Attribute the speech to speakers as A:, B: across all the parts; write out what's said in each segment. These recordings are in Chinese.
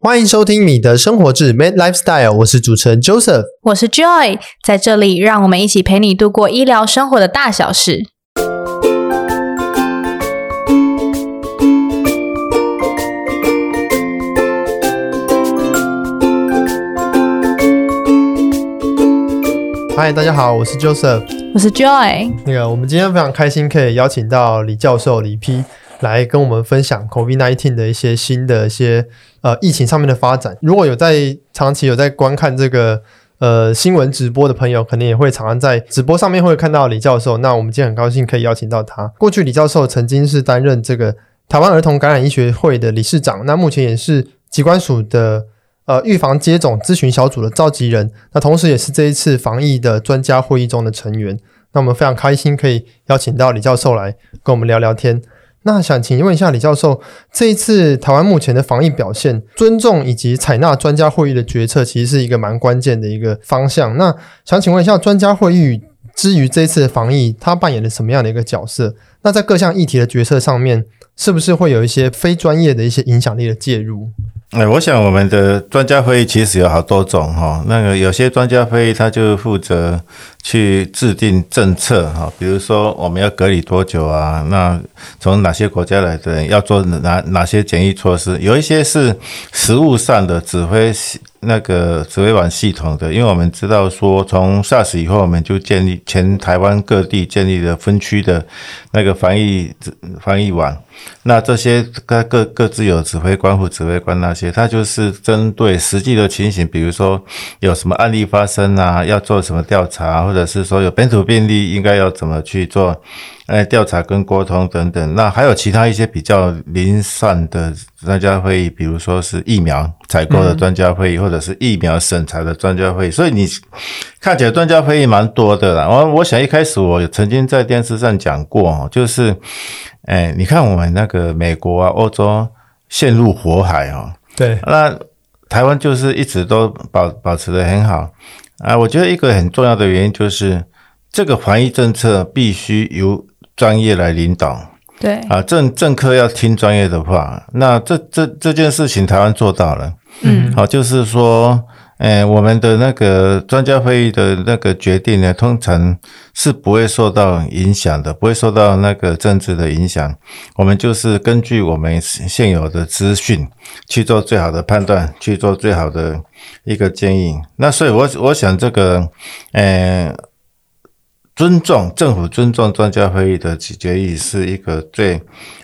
A: 欢迎收听米的生活志 Mad Lifestyle，我是主持人 Joseph。
B: 我是 Joy，在这里让我们一起陪你度过医疗生活的大小事。
A: 嗨，大家好，我是 Joseph。
B: 我是 Joy，
A: 那个，我们今天非常开心可以邀请到李教授李批来跟我们分享 COVID-19 的一些新的一些呃疫情上面的发展。如果有在长期有在观看这个呃新闻直播的朋友，可能也会常常在直播上面会看到李教授。那我们今天很高兴可以邀请到他。过去李教授曾经是担任这个台湾儿童感染医学会的理事长，那目前也是疾管署的。呃，预防接种咨询小组的召集人，那同时也是这一次防疫的专家会议中的成员。那我们非常开心可以邀请到李教授来跟我们聊聊天。那想请问一下李教授，这一次台湾目前的防疫表现，尊重以及采纳专家会议的决策，其实是一个蛮关键的一个方向。那想请问一下，专家会议之于这次的防疫，它扮演了什么样的一个角色？那在各项议题的决策上面，是不是会有一些非专业的一些影响力的介入？
C: 哎，我想我们的专家会议其实有好多种哈、那个有些专家会议他就负责去制定政策哈、比如说我们要隔离多久啊？那从哪些国家来的人要做哪哪些检疫措施？有一些是实务上的指挥系那个指挥网系统的，因为我们知道说从 SARS 以后，我们就建立全台湾各地建立了分区的那个防疫防疫网。那这些各各各自有指挥官、副指挥官那些，他就是针对实际的情形，比如说有什么案例发生啊，要做什么调查，或者是说有本土病例应该要怎么去做，呃，调查跟沟通等等。那还有其他一些比较零散的专家会议，比如说是疫苗采购的专家会议，或者是疫苗审查的专家会议。所以你看起来专家会议蛮多的啦。我我想一开始我有曾经在电视上讲过哦，就是，哎，你看我们那个美国啊、欧洲陷入火海哦，
A: 对，
C: 那台湾就是一直都保保持的很好啊。我觉得一个很重要的原因就是，这个防疫政策必须由专业来领导。
B: 对，
C: 啊，政政客要听专业的话，那这这这件事情台湾做到了，
B: 嗯，
C: 好、就是说，哎、我们的那个专家会议的那个决定呢，通常是不会受到影响的，不会受到那个政治的影响。我们就是根据我们现有的资讯去做最好的判断，去做最好的一个建议。那所以我，我想这个，呃，尊重政府尊重专家会议的决议是一个最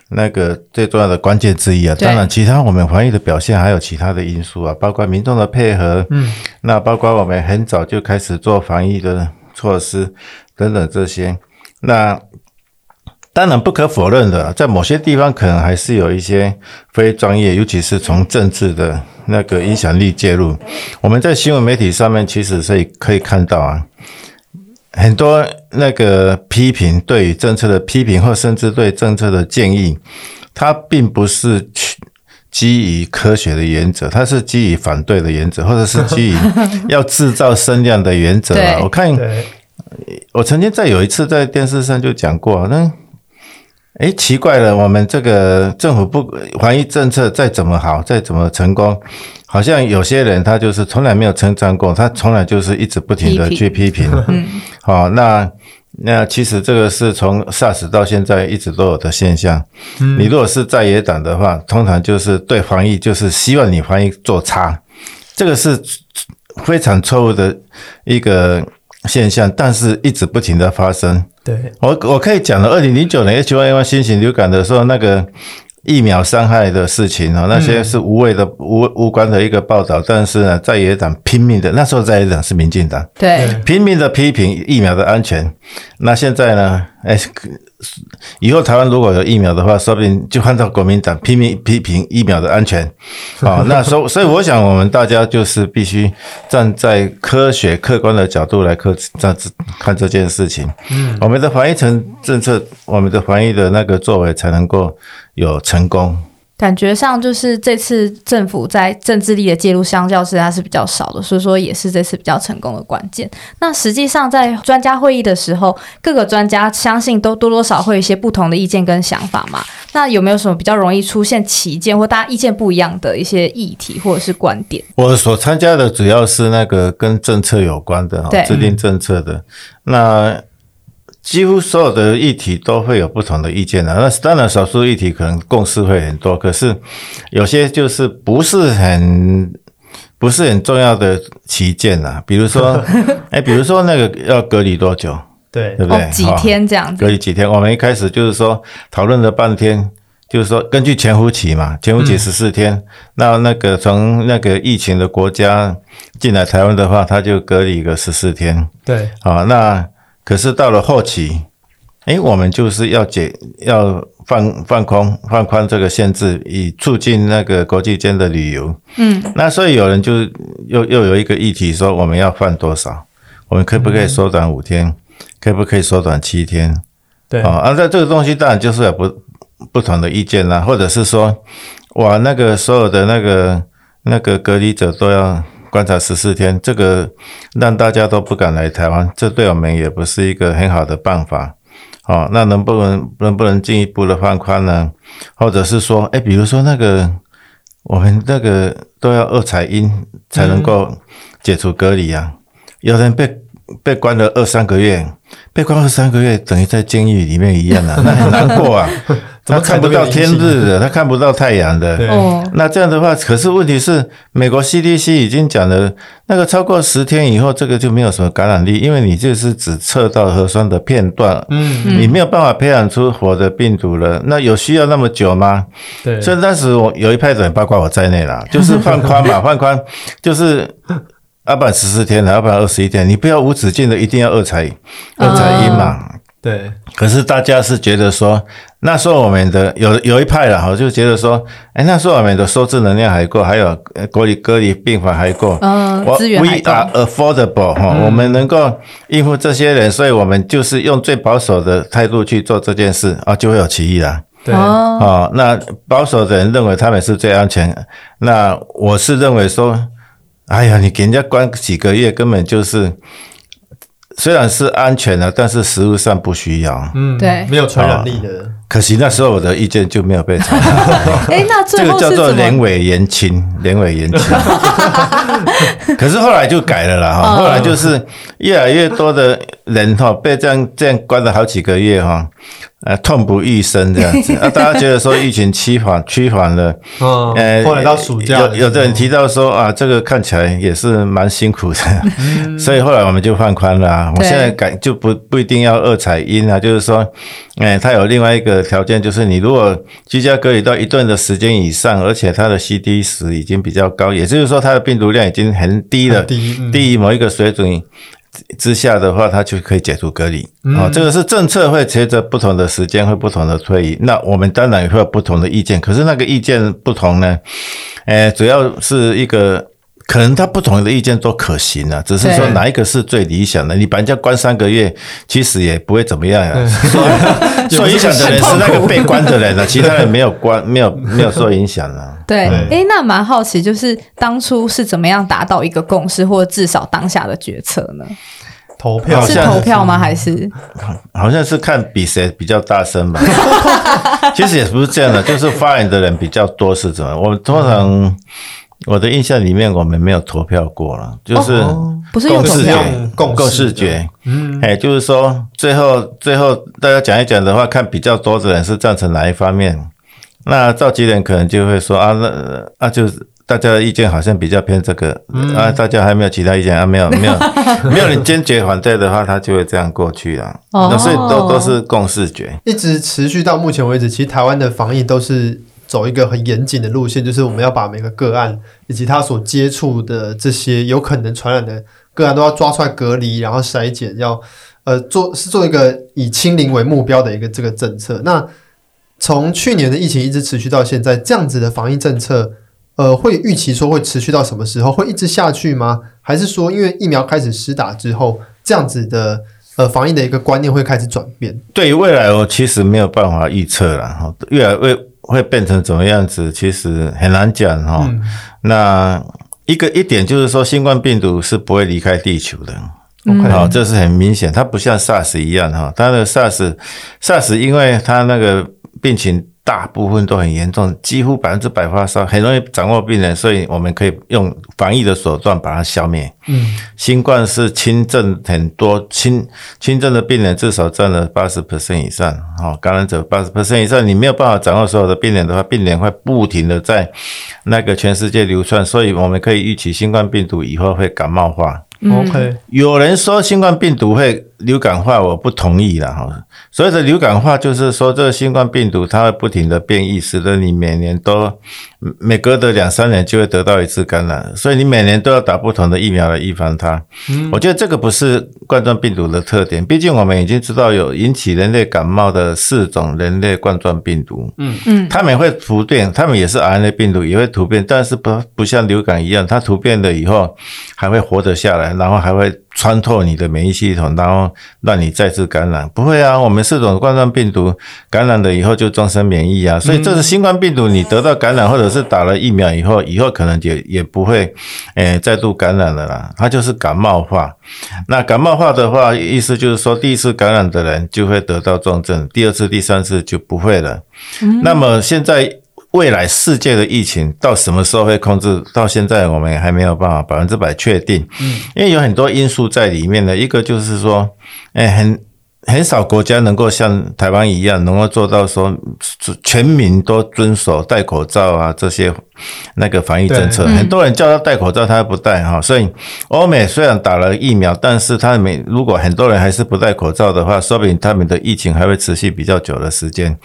C: 那个最重要的关键之一啊。
B: 对
C: 当然，其他我们防疫的表现还有其他的因素啊，包括民众的配合，嗯，那包括我们很早就开始做防疫的措施等等这些，那。当然不可否认的，在某些地方可能还是有一些非专业，尤其是从政治的那个影响力介入。我们在新闻媒体上面其实是可以看到啊，很多那个批评对于政策的批评，或甚至对政策的建议，它并不是去基于科学的原则，它是基于反对的原则，或者是基于要制造声量的原则 啊。
B: 对
C: 我看
A: 对，
C: 我曾经在有一次在电视上就讲过，那诶奇怪了，我们这个政府不防疫政策再怎么好，再怎么成功，好像有些人他就是从来没有成长过，他从来就是一直不停的
B: 批评
C: 去批评。
B: 嗯，
C: 好、那那其实这个是从 SARS 到现在一直都有的现象。
B: 嗯
C: 你如果是在野党的话，通常就是对防疫就是希望你防疫做差，这个是非常错误的一个现象，但是一直不停的发生。
A: 对，
C: 我我可以讲了，二零零九年 H1N1 新型流感的时候，那个疫苗伤害的事情哦，那些是无谓的、无无关的一个报道，但是呢，在野党拼命的，那时候在野党是民进党。
B: 对，
C: 拼命的批评疫苗的安全。那现在呢？哎，以后台湾如果有疫苗的话，说不定就换到国民党拼命批评疫苗的安全。好、那所所以我想，我们大家就是必须站在科学客观的角度来看这看这件事情。嗯，我们的防疫政政策，我们的防疫的那个作为才能够有成功。
B: 感觉上就是这次政府在政治力的介入，相较之下是比较少的，所以说也是这次比较成功的关键。那实际上在专家会议的时候，各个专家相信都多多少会有一些不同的意见跟想法嘛。那有没有什么比较容易出现歧见或大家意见不一样的一些议题或者是观点？
C: 我所参加的主要是那个跟政策有关的哈
B: 对，
C: 制定政策的。那几乎所有的议题都会有不同的意见啊的。那当然，少数议题可能共识会很多，可是有些就是不是很。不是很重要的旗舰啦，比如说， 哎、比如说那个要隔离多久，
A: 对
C: 对不对？
B: 哦，几
C: 哈
B: 天这样子
C: 隔，离几天，我们一开始就是说讨论了半天，就是说根据潜伏期嘛，潜伏期十四天，那那个从那个疫情的国家进来台湾的话，他就隔离个十四天
A: 对
C: 啊。那可是到了后期，诶，我们就是要解要放放空放宽这个限制，以促进那个国际间的旅游。
B: 嗯，
C: 那所以有人就又又有一个议题说，我们要放多少？我们可不可以缩短五天？可不可以缩短七天？
A: 对
C: 哦，啊，那这个东西当然就是有不不同的意见啦，或者是说，哇，那个所有的那个那个隔离者都要观察十四天，这个让大家都不敢来台湾，这对我们也不是一个很好的办法。哦，那能不能能不能进一步的放宽呢？或者是说，哎，比如说那个我们那个都要二采阴才能够解除隔离啊，有人被被关了二三个月，被关二三个月等于在监狱里面一样啊，那很难过啊，
A: 怎么
C: 他看不到天
A: 看都没有
C: 日的，他看不到太阳的，
A: 对
B: 哦，
C: 那这样的话，可是问题是，美国 CDC 已经讲了，那个超过十天以后，这个就没有什么感染力，因为你就是只测到核酸的片段，
A: 嗯，
C: 你没有办法培养出活的病毒了。那有需要那么久吗？
A: 对，
C: 所以当时我有一派的人，包括我在内 啦，就是放宽嘛， 放宽就是。要不然十四天了，要不然二十一天，你不要无止境的，一定要二采二采阴嘛。
A: 对
C: 可是大家是觉得说，那时候我们的有有一派啦，我就觉得说，哎，那时候我们的收治能量还够，还有呃隔离隔离病房还够，
B: 嗯
C: 我啊
B: 资源
C: we
B: 还够嗯
C: are affordable 哈、我们能够应付这些人，所以我们就是用最保守的态度去做这件事啊，就会有歧义啦。
A: 对
B: 哦，
C: 哦，那保守的人认为他们是最安全，那我是认为说，哎呀，你给人家关几个月，根本就是虽然是安全的，但是实物上不需要。
A: 嗯
B: 对
A: 没有传染力的，
C: 可惜那时候我的意见就没有被采纳，
B: 哎，那
C: 这
B: 最
C: 个
B: 后
C: 叫
B: 是
C: 做
B: 怎
C: 人
B: 么？
C: 尾言轻，人尾 言轻。可是后来就改了啦，
B: 哦
C: 哈，后来就是越来越多的人哈被这样这样关了好几个月哈，呃，痛不欲生这样子啊，大家觉得说疫情趋缓趋缓了，呃
A: 嗯，，后来到暑假
C: 有
A: 时候，
C: 有的人提到说啊，这个看起来也是蛮辛苦的，
A: 嗯
C: 所以后来我们就放宽了、啊。我
B: 对
C: 现在改就不不一定要二采阴啊，就是说，哎，它有另外一个条件，就是你如果居家隔离到一段的时间以上，而且它的 CD 值已经比较高，也就是说它的病毒量已经很低了，
A: 很低嗯
C: 低于某一个水准。之下的话，它就可以解除隔离。哦，这个是政策会随着不同的时间会不同的推移。那我们当然也会有不同的意见，可是那个意见不同呢，呃，主要是一个。可能他不同的意见都可行啊，只是说
B: 对
C: 哪一个是最理想的。你把人家关三个月，其实也不会怎么样啊。受影响的人是那个被关的人啊，其他人没有关，没有没有受影响啊。
B: 对，哎，那蛮好奇，就是当初是怎么样达到一个共识，或者至少当下的决策呢？
A: 投票
C: 好
B: 是
C: 像
B: 投票吗？还是
C: 好像是看比谁比较大声吧。其实也不是这样的，就是发言的人比较多是怎么样？我们通常我的印象里面，我们没有投票过了，就是
B: 不是用投
A: 共
C: 视
A: 识
C: 觉
B: 票？
A: 用共识
C: 共视觉。
A: 嗯，
C: 哎，就是说最后最后大家讲一讲的话，看比较多的人是赞成哪一方面。那召集人可能就会说啊，那啊就是。大家的意见好像比较偏这个、啊，大家还没有其他意见啊，没有 没有没有人坚决反对的话，他就会这样过去啊。
B: 哦
C: 那所以都都是共视觉。
A: 一直持续到目前为止，其实台湾的防疫都是走一个很严谨的路线，就是我们要把每个个案以及他所接触的这些有可能传染的个案都要抓出来隔离，然后筛检，要呃做是做一个以清零为目标的一个这个政策。那从去年的疫情一直持续到现在，这样子的防疫政策，呃，会预期说会持续到什么时候？会一直下去吗？还是说因为疫苗开始施打之后，这样子的呃防疫的一个观念会开始转变？
C: 对于未来，我其实没有办法预测了。哈越来越会变成怎么样子，其实很难讲哈、
A: 嗯
C: 那一个一点就是说，新冠病毒是不会离开地球的。
A: 嗯，OK，
C: 好、这是很明显，它不像 SARS 一样哈、它的 SARS，SARS 因为它那个病情大部分都很严重，几乎百分之百发烧，很容易掌握病人，所以我们可以用防疫的手段把它消灭。
A: 嗯，
C: 新冠是轻症很多，轻轻症的病人至少占了八十 percent 以上，哦，感染者八十 percent 以上，你没有办法掌握所有的病人的话，病人会不停的在那个全世界流窜，所以我们可以预期新冠病毒以后会感冒化。
A: OK，
C: 有人说新冠病毒会流感化，我不同意了哈。所谓的流感化，就是说这个新冠病毒它会不停的变异，使得你每年都每隔的两三年就会得到一次感染，所以你每年都要打不同的疫苗来预防它。我觉得这个不是冠状病毒的特点，毕竟我们已经知道有引起人类感冒的四种人类冠状病毒，嗯
B: 嗯
C: 他们会突变，他们也是 RNA 病毒，也会突变，但是不不像流感一样，它突变了以后还会活得下来，然后还会穿透你的免疫系统，然后让你再次感染。不会啊，我们四种冠状病毒感染了以后就终身免疫啊，所以这是新冠病毒，你得到感染或者是打了疫苗以后，以后可能也也不会，诶、再度感染了啦，它就是感冒化。那感冒化的话，意思就是说，第一次感染的人就会得到重症，第二次、第三次就不会了。那么现在未来世界的疫情到什么时候会控制？到现在我们也还没有办法百分之百确定，嗯，因为有很多因素在里面的。一个就是说，哎，很很少国家能够像台湾一样，能够做到说全民都遵守戴口罩啊这些那个防疫政策。
B: 对嗯
C: 很多人叫他戴口罩，他不戴哈、所以欧美虽然打了疫苗，但是他们如果很多人还是不戴口罩的话，说不定他们的疫情还会持续比较久的时间。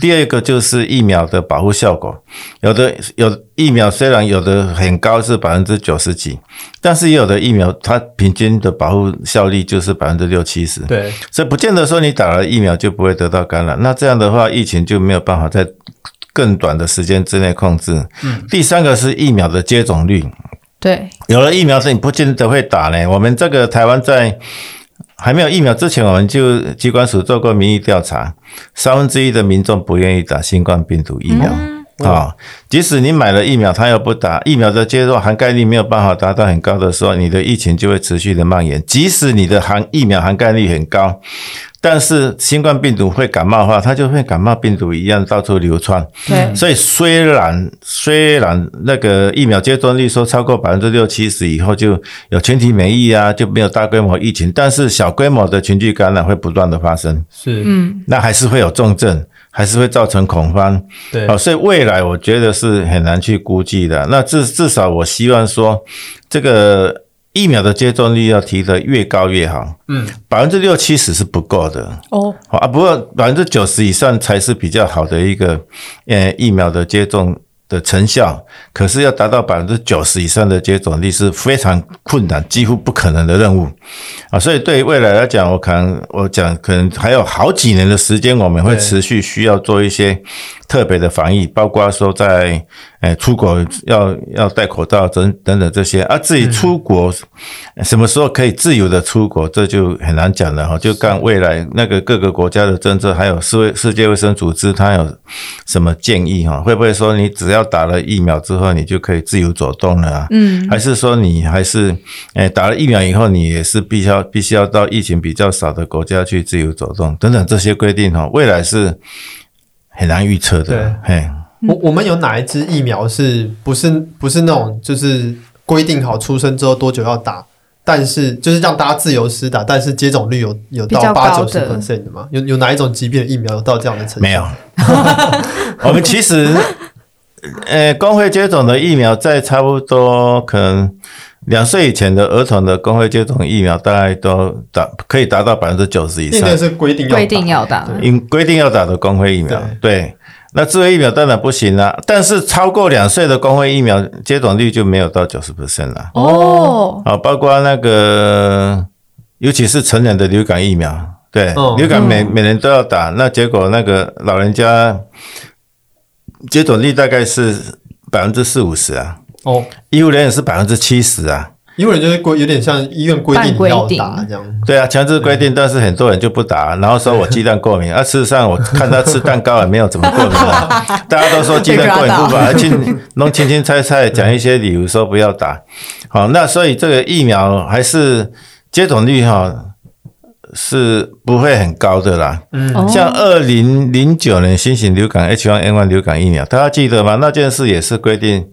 C: 第二个就是疫苗的保护效果，有的有疫苗虽然有的很高是百分之九十几，但是也有的疫苗它平均的保护效力就是百分之六七十。
A: 对，
C: 所以不见得说你打了疫苗就不会得到感染。那这样的话，疫情就没有办法在更短的时间之内控制。嗯、第三个是疫苗的接种率，
B: 对，
C: 有了疫苗是你不见得会打呢。我们这个台湾在还没有疫苗之前，我们就机关署做过民意调查，三分之一的民众不愿意打新冠病毒疫苗。啊、即使你买了疫苗，他又不打，疫苗的接种涵盖率没有办法达到很高的时候，你的疫情就会持续的蔓延。即使你的含疫苗涵盖率很高，但是新冠病毒会感冒的话，它就会感冒病毒一样到处流窜。
B: 对，
C: 所以虽然虽然那个疫苗接种率说超过百分之六七十以后就有群体免疫啊，就没有大规模疫情，但是小规模的群聚感染会不断的发生，
A: 是，
B: 嗯，
C: 那还是会有重症，还是会造成恐慌。
A: 对
C: 哦，，所以未来我觉得是很难去估计的。那至至少我希望说，这个疫苗的接种率要提得越高越好。
A: 嗯，
C: 百分之六七十是不够的。
B: 哦，
C: 好啊，不过百分之九十以上才是比较好的一个呃疫苗的接种的成效。可是要达到百分之九十以上的接种率是非常困难，几乎不可能的任务啊。所以对于未来来讲，我可能我讲可能还有好几年的时间，我们会
A: 对
C: 持续需要做一些特别的防疫，包括说在呃出国要要戴口罩等等等这些啊。至于出国。什么时候可以自由的出国，这就很难讲了哈。就看未来那个各个国家的政策，还有世卫世界卫生组织它有什么建议哈？会不会说你只要打了疫苗之后，你就可以自由走动了啊？
B: 嗯，
C: 还是说你还是，诶、打了疫苗以后，你也是必须要必须要到疫情比较少的国家去自由走动等等这些规定哈、未来是很难预测的。嘿，
B: 嗯
A: 我我们有哪一支疫苗是不是不是那种就是规定好出生之后多久要打，但是就是让大家自由施打，但是接种率有有
B: 比
A: 到
B: 较
A: 八
B: 高
A: 九十
B: 的
A: percent 的吗？有有哪一种疾病的疫苗有到这样的程度？
C: 没有， 我们其实，呃，工会接种的疫苗在差不多可能两岁以前的儿童的工会接种疫苗，大概都达可以达到百分之九十以
A: 因为
C: 上
A: 那，是规定要打
B: 规定要啊打，
C: 因规定要打的工会疫苗。对，那自费疫苗当然不行啦、啊但是超过两岁的工会疫苗接种率就没有到九十 percent 了。
B: 哦，
C: 啊，包括那个，尤其是成人的流感疫苗，对，
A: 嗯
C: 流感每每人都要打，那结果那个老人家接种率大概是百分之四五十啊，
A: 哦，
C: 医护人员是百分之七十啊，
A: 医护人就是规有点像医院规定你要
B: 半规定
A: 打这样，
C: 对啊，强制规定，但是很多人就不打，然后说我鸡蛋过敏，啊，事实上我看他吃蛋糕也没有怎么过敏啊，大家都说鸡蛋过敏不把它清弄清清菜菜，讲一些理由说不要打，好，那所以这个疫苗还是接种率哈、是不会很高的啦，
B: 哦
C: 嗯像二零零九年新型流感 H1N1 流感疫苗，大家记得吗？那件事也是规定，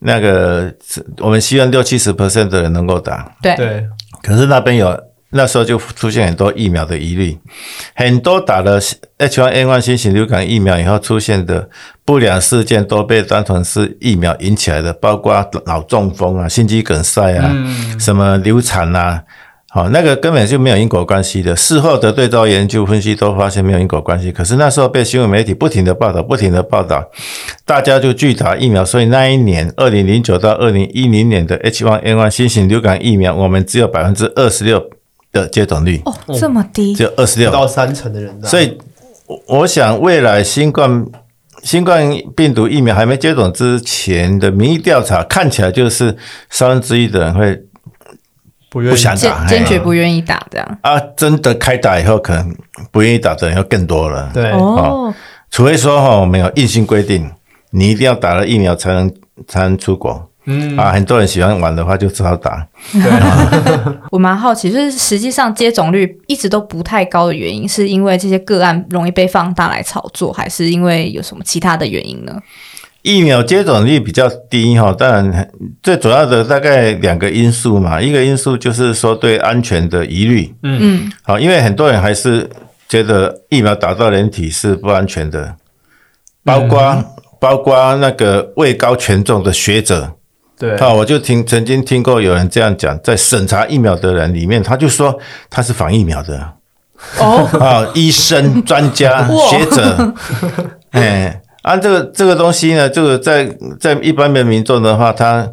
C: 那个我们希望六七十 percent 的人能够打，
B: 对，
A: 对，
C: 可是那边有那时候就出现很多疫苗的疑虑，很多打了 H1N1 新型流感疫苗以后出现的不良事件都被当成是疫苗引起来的，包括脑中风啊、心肌梗塞啊、什么流产啊。好，那个根本就没有因果关系的。事后的对照研究分析都发现没有因果关系，可是那时候被新闻媒体不停的报道，不停的报道，大家就拒打疫苗，所以那一年，二零零九到二零一零年的 H1N1 新型流感疫苗，我们只有百分之二十六的接种率，
B: 哦，这么低
C: 只，有二十
A: 不
C: 六，
A: 到三成的人打，
C: 所以我我想未来新冠新冠病毒疫苗还没接种之前的民意调查，看起来就是三分之一的人会
A: 不愿意
C: 不想
B: 坚
C: 打，
B: 坚
C: 嘿
B: 决不愿意打这样。
C: 啊，真的开打以后，可能不愿意打的人要更多了。
A: 对，
B: 哦，
C: 除非说哈、我们有硬性规定，你一定要打了疫苗才能才能出国。
A: 嗯，
C: 啊，很多人喜欢玩的话，就只好打。
B: 我蛮好奇，就是实际上接种率一直都不太高的原因，是因为这些个案容易被放大来炒作，还是因为有什么其他的原因呢？
C: 疫苗接种率比较低哈，当然最主要的大概两个因素嘛，一个因素就是说对安全的疑虑，
B: 嗯，
C: 好，因为很多人还是觉得疫苗打到人体是不安全的，包括、包括那个位高权重的学者，
A: 对，
C: 啊，我就听曾经听过有人这样讲，在审查疫苗的人里面，他就说他是防疫苗的
B: 哦，
C: 啊，医生、专家、
B: 哇
C: 学者，哎，啊，这个这个东西呢，这个在在一般的民众的话，他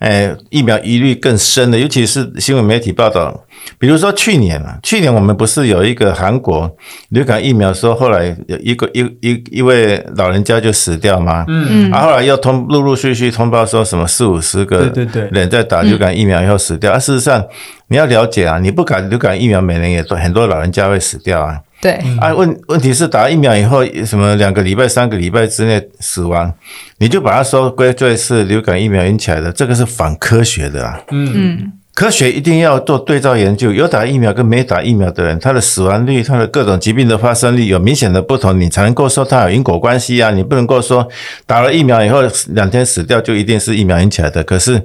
C: 哎疫苗疑虑更深的，尤其是新闻媒体报道，比如说去年啊，去年我们不是有一个韩国流感疫苗说后来有一个一一一位老人家就死掉吗？啊
B: 嗯
C: 然、后后来又通陆陆续续通报说什么四五十个
A: 对对对
C: 人在打流感疫苗以后死掉，啊，事实上你要了解啊，你不打流感疫苗，每年也都很多老人家会死掉啊。
B: 对，
C: 啊，问问题是打疫苗以后，什么两个礼拜、三个礼拜之内死亡，你就把它说归罪是流感疫苗引起来的，这个是反科学的啊。
B: 嗯，
C: 科学一定要做对照研究，有打疫苗跟没打疫苗的人，他的死亡率、他的各种疾病的发生率有明显的不同，你才能够说它有因果关系啊。你不能够说打了疫苗以后两天死掉就一定是疫苗引起来的。可是，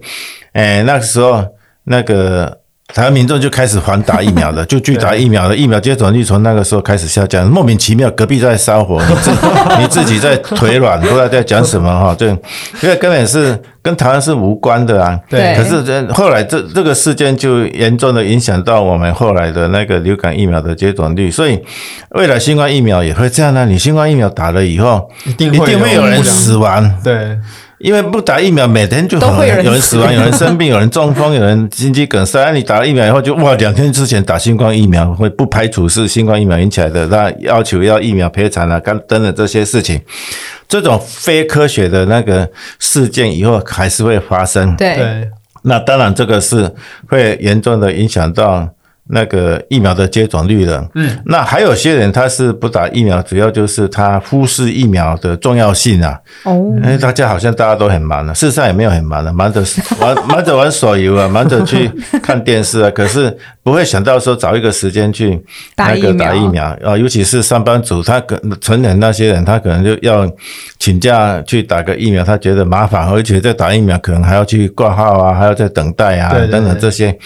C: 哎，那个时候那个台湾民众就开始反打疫苗了，就拒打疫苗了，疫苗接种率从那个时候开始下降，莫名其妙，隔壁在烧火，你自你自己在腿软，不知道在讲什么哈、对，因为根本是跟台湾是无关的啊。
A: 对
C: 可是这后来这这个事件就严重的影响到我们后来的那个流感疫苗的接种率，所以未来新冠疫苗也会这样啊。你新冠疫苗打了以后，
A: 一定
C: 一定会有人
A: 不良
C: 死亡，
A: 对，
C: 因为不打疫苗，每天就
B: 都会有人
C: 有人
B: 死
C: 死亡，有人生病，有人中风，有人心肌梗塞。啊、你打了疫苗以后就哇，两天之前打新冠疫苗会不排除是新冠疫苗引起来的，那要求要疫苗赔偿啊，干等等这些事情，这种非科学的那个事件以后还是会发生。
B: 对，
A: 对，
C: 那当然，这个是会严重的影响到那个疫苗的接种率的。嗯，那还有些人他是不打疫苗，主要就是他忽视疫苗的重要性啊。
B: 哦，
C: 因为大家好像大家都很忙了、啊事实上也没有很忙了、忙着玩 忙着玩手游啊，忙着去看电视啊，可是不会想到说找一个时间去
B: 打
C: 那
B: 疫
C: 个
B: 苗
C: 打疫苗啊，尤其是上班族，他可成人那些人，他可能就要请假去打个疫苗，他觉得麻烦，而且在打疫苗可能还要去挂号啊，还要再等待啊
A: 对对
C: 等等
A: 对
C: 这些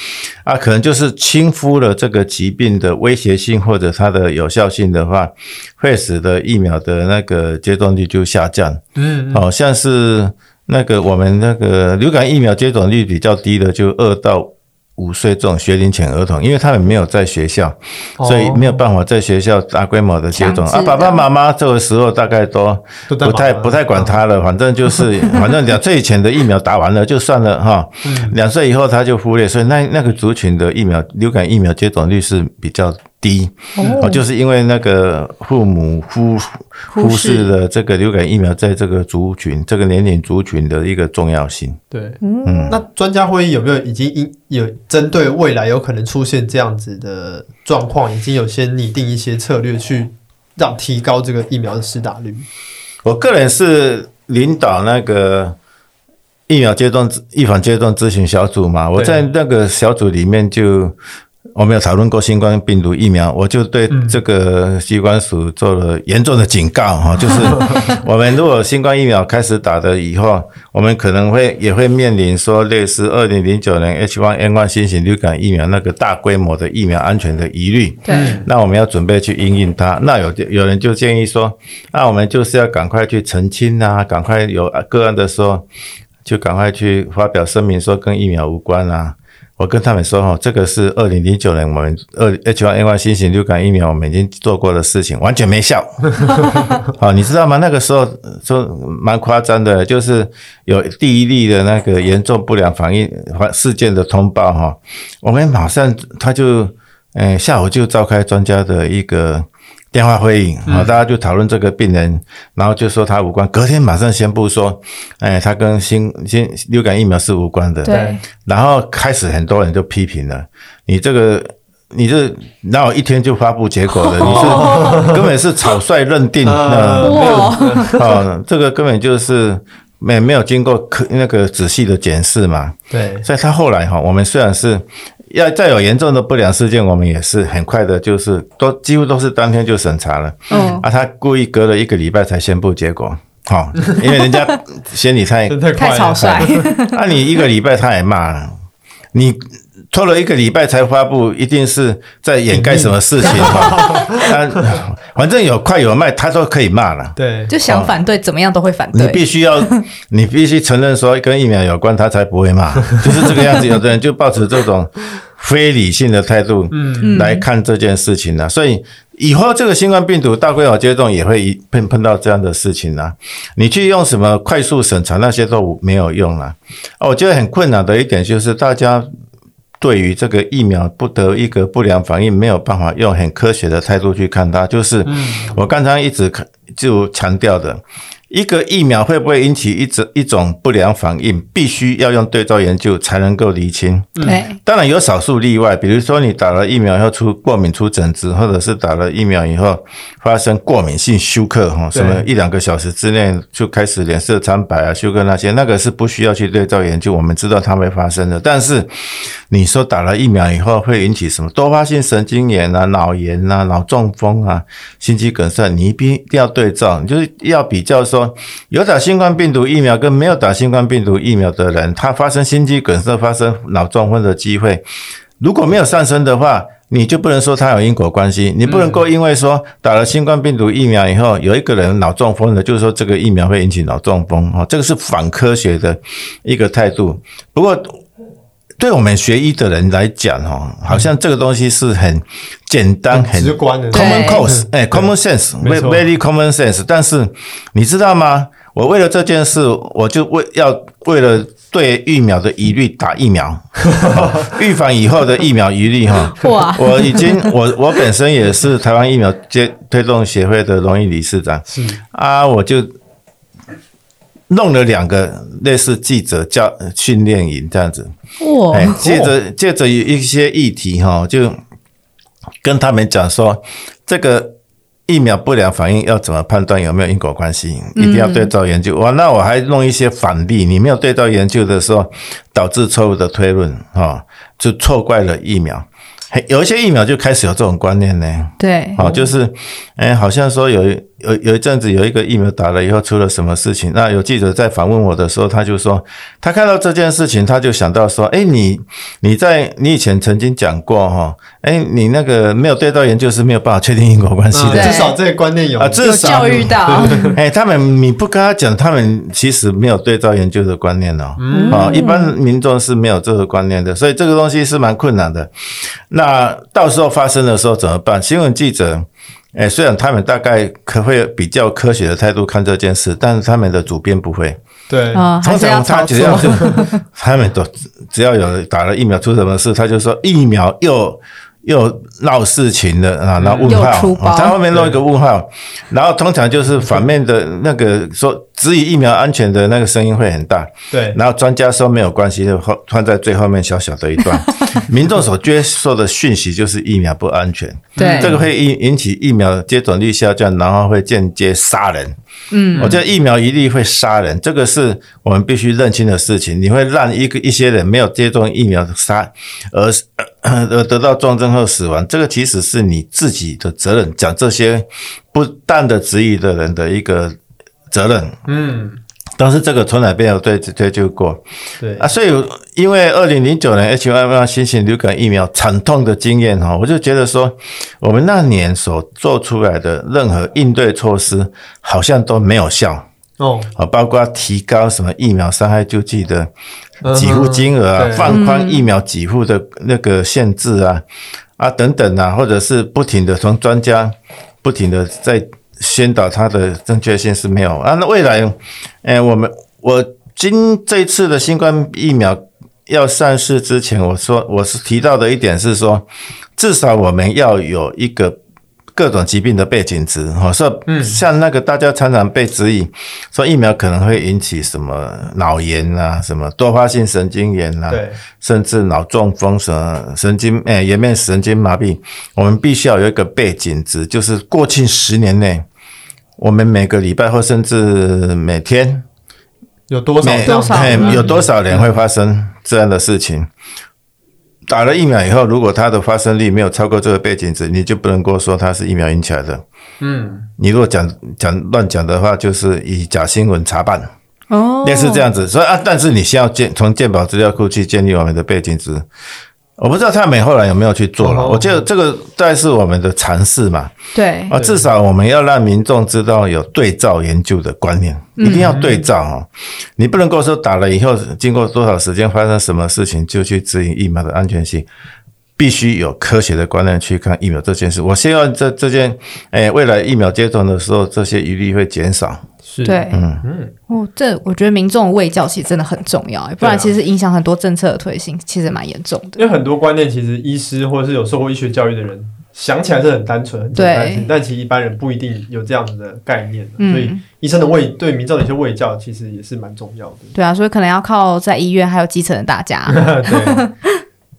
C: 啊，可能就是轻忽了这个疾病的威胁性或者它的有效性的话，会使得疫苗的那个接种率就下降。
A: 嗯，
C: 好、像是那个我们那个流感疫苗接种率比较低的，就二到五岁这种学龄前儿童，因为他们没有在学校，
A: 嗯
C: 所
A: 哦
C: 以没有办法在学校大规模的接种
B: 哦强制
C: 啊。爸
B: 这
C: 爸
B: 样
C: 妈妈这个时候大概都
A: 都在
C: 不太
A: 忙啊
C: 不太管嗯他了，反正就是 反正两岁以前的疫苗打完了就算了哈，两岁以后他就忽略，所以那那个族群的疫苗流感疫苗接种率是比较低，哦，就是因为那个父母忽
B: 忽
C: 忽
B: 视
C: 视了这个流感疫苗在这个族群、这个年龄族群的一个重要性。嗯
A: 对，那专家会议有没有已经因有针对未来有可能出现这样子的状况，已经有先拟定一些策略去让提高这个疫苗的施打率？
C: 我个人是领导那个疫苗接种咨预防接种咨询小组嘛，我
A: 对
C: 在那个小组里面就我们有讨论过新冠病毒疫苗，我就对这个机关署做了严重的警告哈、 就是我们如果新冠疫苗开始打的以后，我们可能会也会面临说类似二零零九年 H1N1 新型流感疫苗那个大规模的疫苗安全的疑虑。
B: 对，
C: 那我们要准备去应应它。那有有人就建议说，那我们就是要赶快去澄清啊，赶快有个案的时候，就赶快去发表声明说跟疫苗无关啊。我跟他们说哦，这个是二零零九年我们二 H1N1 新型流感疫苗我们已经做过的事情，完全没效。哦，你知道吗？那个时候说蛮夸张的，就是有第一例的那个严重不良反应反事件的通报哈、我们马上他就，呃，下午就召开专家的一个电话会议，啊、大家就讨论这个病人，然后就说他无关，隔天马上宣布说，哎、他跟新新流感疫苗是无关的，
B: 对，
C: 然后开始很多人就批评了，你这个你这哪有一天就发布结果的？你是 根本是草率认定，呃没有
B: 哇，
C: 啊，这个根本就是没没有经过科那个仔细的检视嘛。
A: 对，
C: 所以他后来哈，我们虽然是要再有严重的不良事件，我们也是很快的，就是都几乎都是当天就审查了。
B: 嗯，
C: 啊，他故意隔了一个礼拜才宣布结果，好、因为人家嫌你太
A: 真的快
B: 太
A: 了
B: 草率，
C: 那、你一个礼拜他也骂了，你拖了一个礼拜才发布，一定是在掩盖什么事情哈。他反正有快有慢，他都可以骂了。
A: 对，
B: 就想反对，怎么样都会反
C: 你
B: 对。
C: 必须要，你必须承认说跟疫苗有关，他才不会骂，就是这个样子。有的人就抱持这种非理性的态度，嗯，来看这件事情呢、啊所以以后这个新冠病毒大规模接种也会一碰碰到这样的事情啊。你去用什么快速审查那些都没有用啦、啊。我觉得很困难的一点就是大家。对于这个疫苗不得一个不良反应，没有办法用很科学的态度去看它，就是我刚刚一直看就强调的，一个疫苗会不会引起一种一种不良反应，必须要用对照研究才能够厘清。
B: 对，
C: 当然有少数例外，比如说你打了疫苗以后出过敏出疹子，或者是打了疫苗以后发生过敏性休克哈，
A: 对
C: 什么一两个小时之内就开始脸色苍白啊、休克那些，那个是不需要去对照研究，我们知道它会发生的。但是你说打了疫苗以后会引起什么多发性神经炎啊、脑炎啊、脑中风啊、心肌梗塞，你一定一定要对照，你就是要比较说有打新冠病毒疫苗跟没有打新冠病毒疫苗的人，他发生心肌梗塞、发生脑中风的机会，如果没有上升的话，你就不能说它有因果关系，你不能够因为说打了新冠病毒疫苗以后，有一个人脑中风了，就是说这个疫苗会引起脑中风哦，这个是反科学的一个态度。不过。对我们学医的人来讲，哦，好像这个东西是很简单、很
A: 直观的
B: 对
C: common cause，
A: 嗯
C: 哎、
A: 对
C: c o m m o n sense，
A: 没错
C: very common sense。但是你知道吗？我为了这件事，我就为要为了对疫苗的疑虑打疫苗， 预防以后的疫苗疑虑哈。
B: 哇，
C: 我已经，我我本身也是台湾疫苗接推动协会的荣誉理事长
A: 是
C: 啊，我就弄了两个类似记者教呃训练营这样子，
B: 嗯
C: 哎，
B: 哇，
C: 借着借着有一些议题哈、就跟他们讲说，这个疫苗不良反应要怎么判断有没有因果关系，一定要对照研究。哇，那我还弄一些反例，你没有对照研究的时候，导致错误的推论哈、就错怪了疫苗。嘿有一些疫苗就开始有这种观念呢，
B: 对，
C: 好、就是，哎、好像说有一有有一阵子有一个疫苗打了以后出了什么事情，那有记者在访问我的时候，他就说，他看到这件事情，他就想到说，哎、你你在你以前曾经讲过哈，哎、你那个没有对照研究是没有办法确定因果关系
A: 嗯
C: 的
B: 对
A: 至少这个观念有
C: 啊，至
B: 有
C: 少
B: 教育到，
C: 哎、他们你不跟他讲，他们其实没有对照研究的观念哦。啊、一般民众是没有这个观念的，所以这个东西是蛮困难的。那到时候发生的时候怎么办？新闻记者，哎、虽然他们大概可会比较科学的态度看这件事，但是他们的主编不会。
A: 对，
B: 啊， 还
C: 通
B: 是要
C: 常他
B: 操
C: 只要
B: 作，
C: 就他们都只要有打了疫苗出什么事，他就说疫苗又又闹事情了啊，然后问
B: 嗯又出
C: 号，
B: 包
C: 啊他后面弄一个问号，然后通常就是反面的那个说质疑疫苗安全的那个声音会很大，
A: 对，
C: 然后专家说没有关系，就后放在最后面小小的一 段。民众所接受的讯息就是疫苗不安全，
B: 对
C: 这个会引引起疫苗接种率下降，然后会间接杀人。嗯，我觉得疫苗一律会杀人，这个是我们必须认清的事情。你会让一个一些人没有接种疫苗杀，而是呃而得到重症后死亡，这个其实是你自己的责任。讲这些不当的质疑的人的一个责任。
A: 嗯，
C: 但是这个从来没有对追究过，
A: 对
C: 啊，，所以因为二零零九年 H1N1 新型流感疫苗惨痛的经验哈，我就觉得说，我们那年所做出来的任何应对措施好像都没有效
A: 哦，
C: 啊，包括提高什么疫苗伤害救济的给付
A: 嗯
C: 金额啊
A: 对，
C: 放宽疫苗给付的那个限制啊，啊等等啊，或者是不停的从专家不停的在宣导它的正确性是没有啊。那未来，哎、我们我今这一次的新冠疫苗要上市之前，我说我是提到的一点是说，至少我们要有一个。各种疾病的背景值，哈，说像那个大家常常被质疑，说疫苗可能会引起什么脑炎啊，什么多发性神经炎啊，
A: 对，
C: 甚至脑中风、神神经诶、颜面神经麻痹，我们必须要有一个背景值，就是过去十年内，我们每个礼拜或甚至每天
A: 有多少
C: 每
A: 这样
B: 多少
C: 嘿
B: 嗯
C: 有多少人会发生这样的事情？打了疫苗以后，如果它的发生率没有超过这个背景值，你就不能够说它是疫苗引起来的。
A: 嗯，
C: 你如果讲讲乱讲的话，就是以假新闻查办。
B: 哦，
C: 类似这样子，所以啊，但是你先要建从鉴宝资料库去建立我们的背景值。我不知道泰美后来有没有去做了，
A: 哦
C: 我觉得这个再是我们的尝试嘛，
B: 对，
C: 啊，至少我们要让民众知道有对照研究的观念，一定要对照哦。你不能够说打了以后经过多少时间发生什么事情就去质疑疫苗的安全性，必须有科学的观念去看疫苗这件事。我希望这这件，哎，未来疫苗接种的时候，这些疑虑会减少。
A: 是，
B: 对，
A: 嗯，
B: 哦，这我觉得民众的卫教其实真的很重
C: 啊
B: 要，不然其实影响很多政策的推行，其实蛮严重的。
A: 因为很多观念其实医师或者是有受过医学教育的人想起来是很单纯、很简单的事情
B: 对
A: 但其实一般人不一定有这样子的概念，所以
B: 嗯，
A: 医生的卫对民众的一些卫教其实也是蛮重要的。
B: 对啊，所以可能要靠在医院还有基层的大家。
A: 对。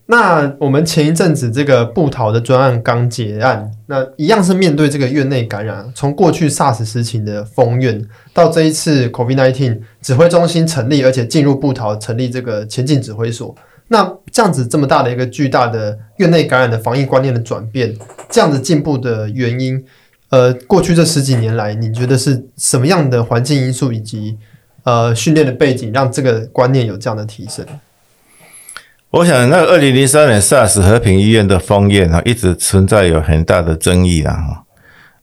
A: 那我们前一阵子这个布桃的专案刚结案，那一样是面对这个院内感染，从过去 SARS 时期的封院，到这一次 COVID-19 指挥中心成立，而且进入布桃成立这个前进指挥所。那这样子这么大的一个巨大的院内感染的防疫观念的转变，这样子进步的原因，呃，过去这十几年来，你觉得是什么样的环境因素以及呃训练的背景，让这个观念有这样的提升？
C: 我想，那二零零三年 SARS 和平医院的封院啊，一直存在有很大的争议啊。哈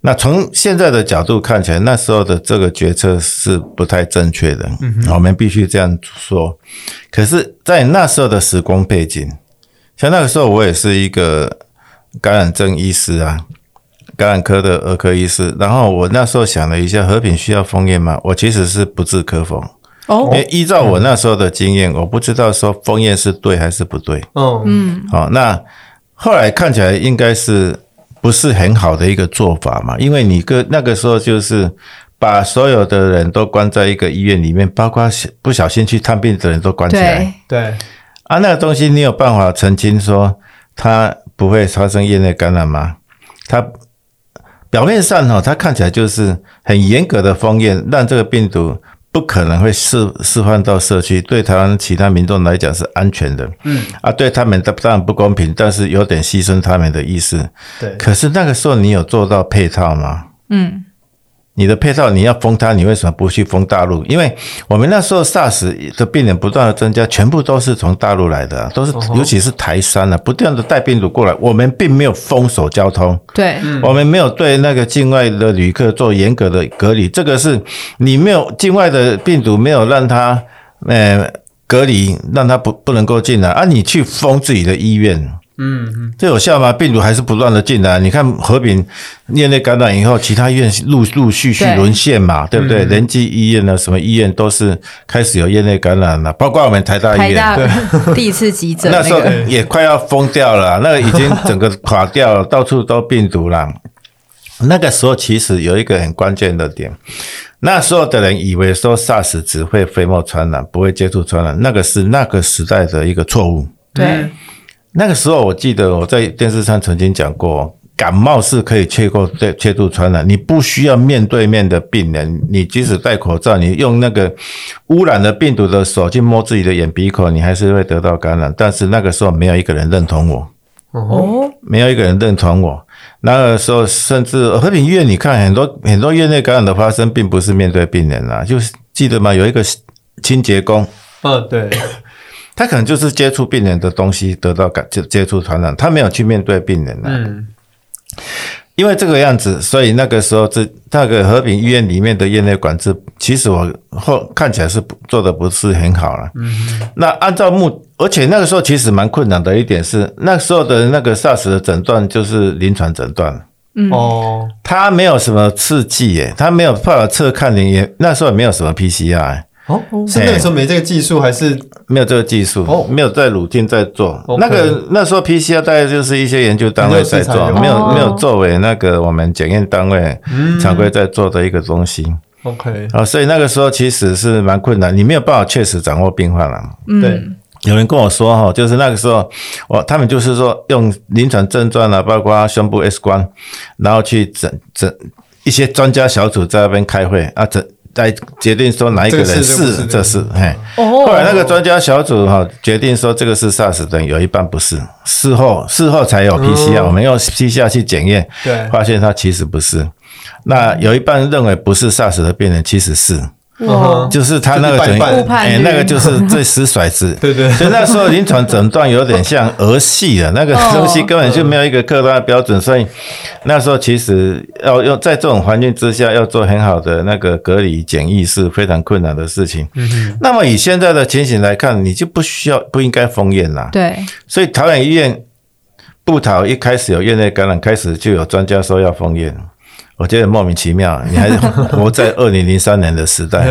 C: 那从现在的角度看起来，那时候的这个决策是不太正确的，我们必须这样说。可是，在那时候的时空背景，像那个时候我也是一个感染症医师啊，感染科的儿科医师。然后我那时候想了一下，和平需要封院吗？我其实是不置可否。因
B: 哦，嗯
C: 为依照我那时候的经验，我不知道说封院是对还是不对。
A: 嗯，
C: 好、那后来看起来应该是不是很好的一个做法嘛？因为你个那个时候就是把所有的人都关在一个医院里面，包括不小心去探病的人都关起来
B: 对，
A: 对，
C: 啊。那个东西你有办法澄清说它不会发生院内感染吗？它表面上哈、哦，它看起来就是很严格的封院，让这个病毒。不可能会释释放到社区，对台湾其他民众来讲是安全的。
A: 嗯，
C: 啊，对他们当然不公平，但是有点牺牲他们的意思。
A: 对，
C: 可是那个时候你有做到配套吗？
B: 嗯，
C: 你的配套你要封他，你为什么不去封大陆？因为我们那时候 SARS 的病人不断的增加，全部都是从大陆来的啊、都是
A: 哦吼
C: 尤其是台山啊，不断的带病毒过来。我们并没有封锁交通，
B: 对，
C: 我们没有对那个境外的旅客做严格的隔离，这个是你没有境外的病毒没有让它呃隔离，让它不不能够进来，啊，你去封自己的医院，嗯嗯，这有效吗？病毒还是不断的进来。你看和平院内感染以后，其他医院陆陆续续
B: 对
C: 沦陷嘛，对不嗯对？仁济医院呢，啊什么医院都是开始有院内感染了，包括我们台大医
B: 台
C: 院，
B: 大 第一次急诊
C: 那时候嗯
B: 个，
C: 也快要疯掉了啊，那个已经整个垮掉了，到处都病毒了。 那个时候其实有一个很关键的点，那时候的人以为说 SARS 只会飞沫传染，不会接触传染，那个是那个时代的一个错误。
B: 对
C: 那个时候我记得我在电视上曾经讲过，感冒是可以切过对切度传染，你不需要面对面的病人，你即使戴口罩，你用那个污染了病毒的手去摸自己的眼鼻孔，你还是会得到感染。但是那个时候没有一个人认同我，
B: 哦，
C: 没有一个人认同我。那个时候，甚至和平医院，你看很多很多院内感染的发生，并不是面对病人啊，就是记得吗？有一个清洁工，
A: 嗯，对，
C: 他可能就是接触病人的东西得到感接接触传染，他没有去面对病人啊。
A: 嗯，
C: 因为这个样子，所以那个时候这那个和平医院里面的院内管制，其实我后看起来是不做的不是很好了。嗯，那按照目，而且那个时候其实蛮困难的一点是，那时候的那个 SARS 的诊断就是临床诊断，
A: 哦，
C: 它没有什么刺激耶，它没有办法测看你也那时候也没有什么 PCR，耶
A: 哦，是那个时候没这个技术，还是
C: 没有这个技术，
A: 哦
C: 没有在鲁定在做。
A: OK
C: 那个那时候 PCR 大概就是一些研究单位在做
A: 没有市，场
C: 没有、
B: 哦
C: 没有作为那个我们检验单位
A: 嗯
C: 常规在做的一个东西。
A: OK？
C: 啊，所以那个时候其实是蛮困难，你没有办法确实掌握病患了。
A: 对
B: 嗯，
C: 有人跟我说哈，就是那个时候，我他们就是说用临床症状啊，包括胸部 X 光，然后去诊诊一些专家小组在那边开会啊，诊来决定说哪一个人
A: 这个是这个不
C: 是
A: 是
C: 这是嘿。
B: 哦，
C: 后来那个专家小组哈、决定说这个是 SARS 的，有一半不是，事后事后才有 PCR，、我们用 PCR 去检验，
A: 对，
C: 发现它其实不是。那有一半认为不是 SARS 的病人其实是，
B: 嗯
A: 哇
C: 就是他那个等
A: 哦就是
C: 于
A: 半
B: 半误判
C: 哎
B: 率
C: 那个就是最死甩子。
A: 对对
C: 所以那时候临床诊断有点像儿戏啊了，那个
B: 哦
C: 东西根本就没有一个客观的标准，所以那时候其实要用在这种环境之下要做很好的那个隔离检疫是非常困难的事情。
A: 嗯
C: 那么以现在的情形来看，你就不需要不应该封院啦。
B: 对，
C: 所以桃园医院布桃一开始有院内感染，开始就有专家说要封院，我觉得莫名其妙。你还活在二零零三年的时代，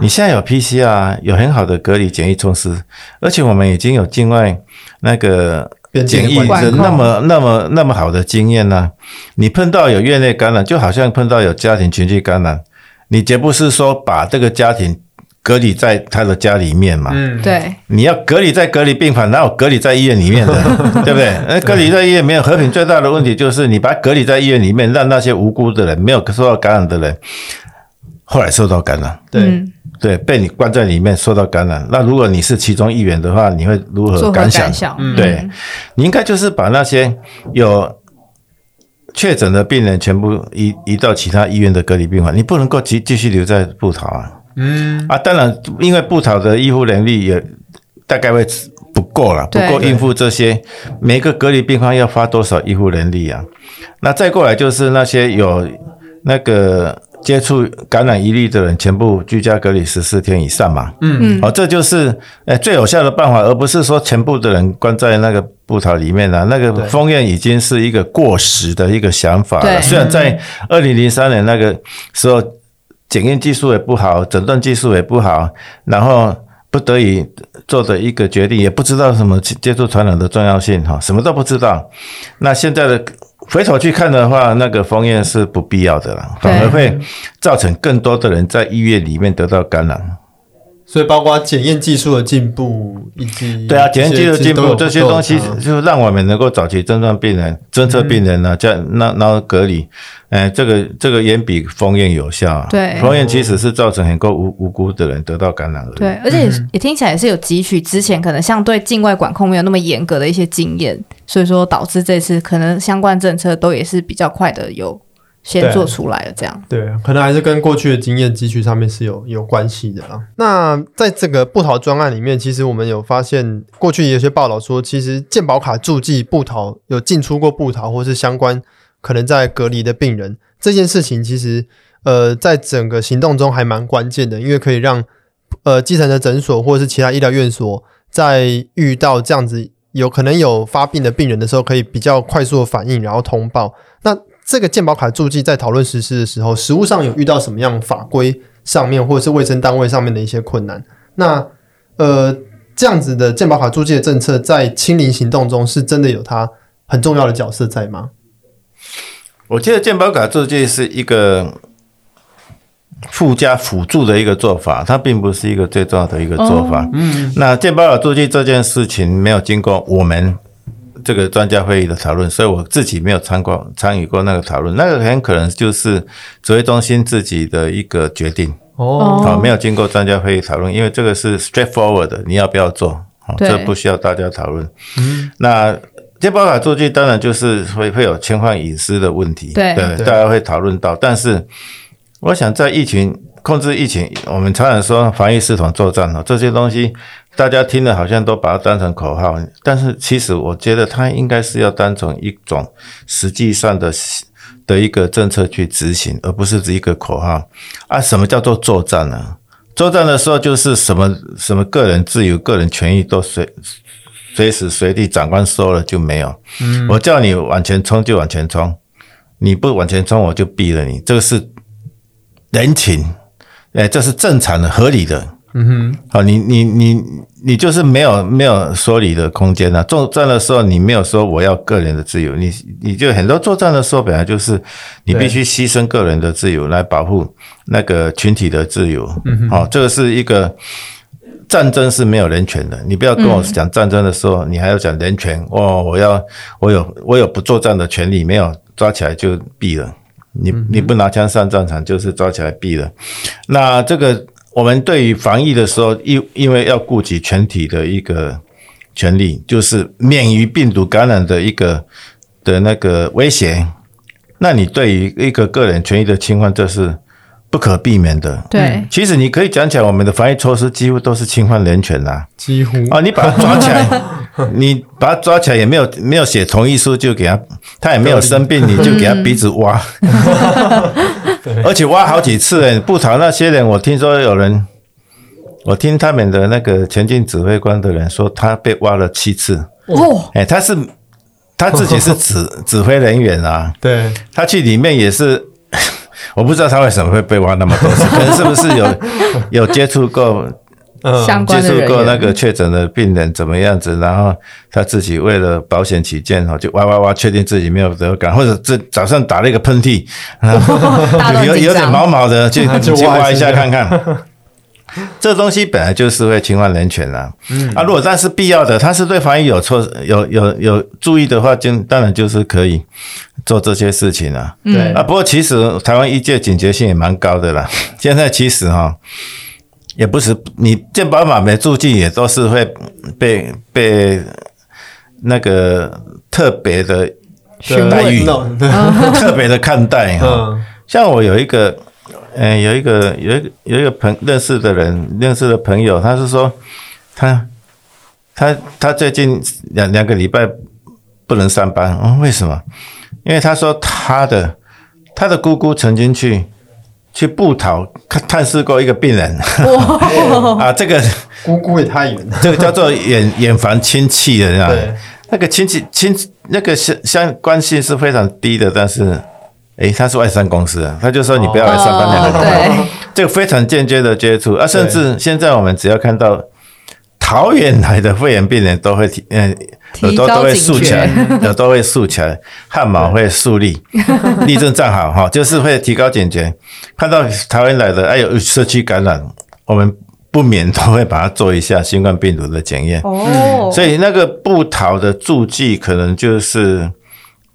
C: 你现在有 PCR，有很好的隔离检疫措施，而且我们已经有境外那个。
A: 边境
C: 检
A: 的
C: 疫
A: 管
C: 的
B: 控
C: 那么那么那么好的经验呢、你碰到有院内感染，就好像碰到有家庭群聚感染，你绝不是说把这个家庭隔离在他的家里面嘛？
A: 嗯，
B: 对，
C: 你要隔离在隔离病房，哪有隔离在医院里面的，对不对？那隔离在医院没有和平最大的问题就是你把它隔离在医院里面，让那些无辜的人、没有受到感染的人，后来受到感染，
A: 对，
B: 嗯
C: 对，被你关在里面受到感染。那如果你是其中一员的话，你会如
B: 作
C: 何
B: 何
C: 感
B: 呃感
C: 想？
B: 想？
A: 嗯
C: 对，你应该就是把那些有确诊的病人全部移移到其他医院的隔离病房，你不能够继继续留在布桃啊。
A: 嗯，
C: 啊，当然，因为布桃的医护能力也大概会不够了，不
B: 对
C: 够应付这些每个隔离病房要发多少医护人力啊？那再过来就是那些有那个接触感染一例的人，全部居家隔离十四天以上嘛。
B: 嗯
C: 哦，这就是呃最有效的办法，而不是说全部的人关在那个布桃里面了、啊那个
A: 对
C: 封院已经是一个过时的一个想法了。
B: 对嗯
C: 虽然在二零零三年那个时候，检验技术也不好，诊断技术也不好，然后不得已做的一个决定，也不知道什么接触传染的重要性哈，什么都不知道。那现在的回头去看的话，那个封院是不必要的了，
B: 对
C: 反而会造成更多的人在医院里面得到感染。
A: 所以包括检验技术的进步，以及
C: 对啊，检验技术
A: 一
C: 进
A: 都
C: 步这
A: 有
C: 些东西
A: 都有差，
C: 就让我们能够早期诊断病人、侦测病人
A: 嗯
C: 呢、啊，这样那然后隔离，哎，这个这个也比封院有效、啊。
B: 对
C: 封院其实是造成很多无无辜的人得到感染而已。
B: 对，而且也也听起来是有汲取之前可能相对境外管控没有那么严格的一些经验，所以说导致这次可能相关政策都也是比较快的有先
A: 对
B: 做出来了这样。
A: 对，可能还是跟过去的经验汲取上面是有有关系的啦。那在这个布桃专案里面，其实我们有发现，过去有些报道说，其实健保卡助记布桃有进出过布桃，或是相关可能在隔离的病人这件事情，其实呃，在整个行动中还蛮关键的，因为可以让呃基层的诊所或者是其他医疗院所在遇到这样子有可能有发病的病人的时候，可以比较快速的反应，然后通报。那这个健保卡注记在讨论实施的时候，实务上有遇到什么样法规上面或者是卫生单位上面的一些困难？那呃，这样子的健保卡注记的政策在清零行动中是真的有它很重要的角色在吗？
C: 我记得健保卡注记是一个附加辅助的一个做法，它并不是一个最重要的一个做法。
A: 哦
C: 嗯，那健保卡注记这件事情没有经过我们这个专家会议的讨论，所以我自己没有参过参与过那个讨论。那个很可能就是指挥中心自己的一个决定，
A: 哦，
C: 好、没有经过专家会议讨论，因为这个是 straightforward 的，你要不要做？好、
B: 对
C: 这不需要大家讨论。那健保卡数据当然就是会会有侵犯隐私的问题，
B: 对
A: 对
C: 大家会讨论到。但是我想在疫情控制疫情，我们常常说防疫系统作战哦，这些东西大家听了好像都把它当成口号，但是其实我觉得它应该是要当成一种实际上的的一个政策去执行，而不是只一个口号啊。什么叫做作战呢、作战的时候就是什么什么个人自由、个人权益都随随时随地长官说了就没有。我叫你往前冲就往前冲，你不往前冲我就毙了你。这个是人情，哎，这是正常的、合理的。嗯哼，好，你你你你就是没有没有说理的空间了、作战的时候，你没有说我要个人的自由，你你就很多作战的时候，本来就是你必须牺牲个人的自由来保护那个群体的自由。嗯哼，好、这个是一个。战争是没有人权的，你不要跟我讲战争的时候，你还要讲人权哦。我要，我有，我有不作战的权利，没有抓起来就毙了。你你不拿枪上战场，就是抓起来毙了。那这个我们对于防疫的时候，因因为要顾及全体的一个权利，就是免于病毒感染的一个的那个威胁。那你对于一个个人权益的侵犯，这是不可避免的。
B: 对，
C: 其实你可以讲起来，我们的防疫措施几乎都是侵犯人权啦、
A: 几乎
C: 啊。你把他抓起来，你把他抓起来也没有没有写同意书就给他，他也没有生病，你就给他鼻子挖，而且挖好几次、欸。布桃那些人，我听说有人，我听他们的那个前进指挥官的人说，他被挖了七次。
B: 哦，
C: 哎、他是他自己 是指指挥人员啊，
A: 对，
C: 他去里面也是， 我不知道他为什么会被挖那 么多次，可能是不是有有接触过
A: 嗯
B: 相关
C: 接
B: 的
C: 触
B: 人
C: 过
B: 员
C: 那个确诊的病人怎么样子，然后他自己为了保险起见哦，就哇哇哇，确定自己没有得感，或者这早上打了一个喷嚏，然后
B: 大家都很
C: 有
B: 紧
C: 有点
B: 张
C: 毛毛的，去
A: 那就
C: 去
A: 挖一
C: 挖一
A: 下
C: 下看看。 这东西本来就是会侵犯人权啦、啊，如果但是必要的，他是对防疫有措有有有注意的话，就当然就是可以做这些事情啊。
B: 嗯
A: 对
C: 啊，不过其实台湾医界警觉性也蛮高的啦。 现在其实哈、也不是你健保码没注记，也都是会被被那个特别的
A: 对
C: 待遇、
A: No，
C: 特别的看 待哈、
A: 嗯，
C: 像我有一个，嗯、有一个有一个有一个朋认识的人，认识的朋友，他是说他他他最近两两个礼拜不能上班，嗯，为什么？因为他说他的他的姑姑曾经去去布桃看探视过一个病人
B: 哦哇，
C: 啊，这个
A: 姑姑也太远了，
C: 这个叫做远远房亲戚的，你知道啊吗
A: 对？
C: 那个亲戚亲那个相相关系是非常低的，但是，诶，他是外商公司啊，他就说你不要来上班两个礼拜，
B: 哦对，
C: 这个非常间接的接触啊，甚至现在我们只要看到桃园来的肺炎病人都会提，嗯、耳
B: 提
C: 朵都
B: 高
C: 会
B: 警
C: 竖起来
B: 觉，
C: 耳朵会竖起来，汗毛会竖立，立正站好哈，就是会提高警觉。看到台湾来的，哎有社区感染，我们不免都会把它做一下新冠病毒的检验。
B: 哦，
C: 所以那个布桃的助剂可能就是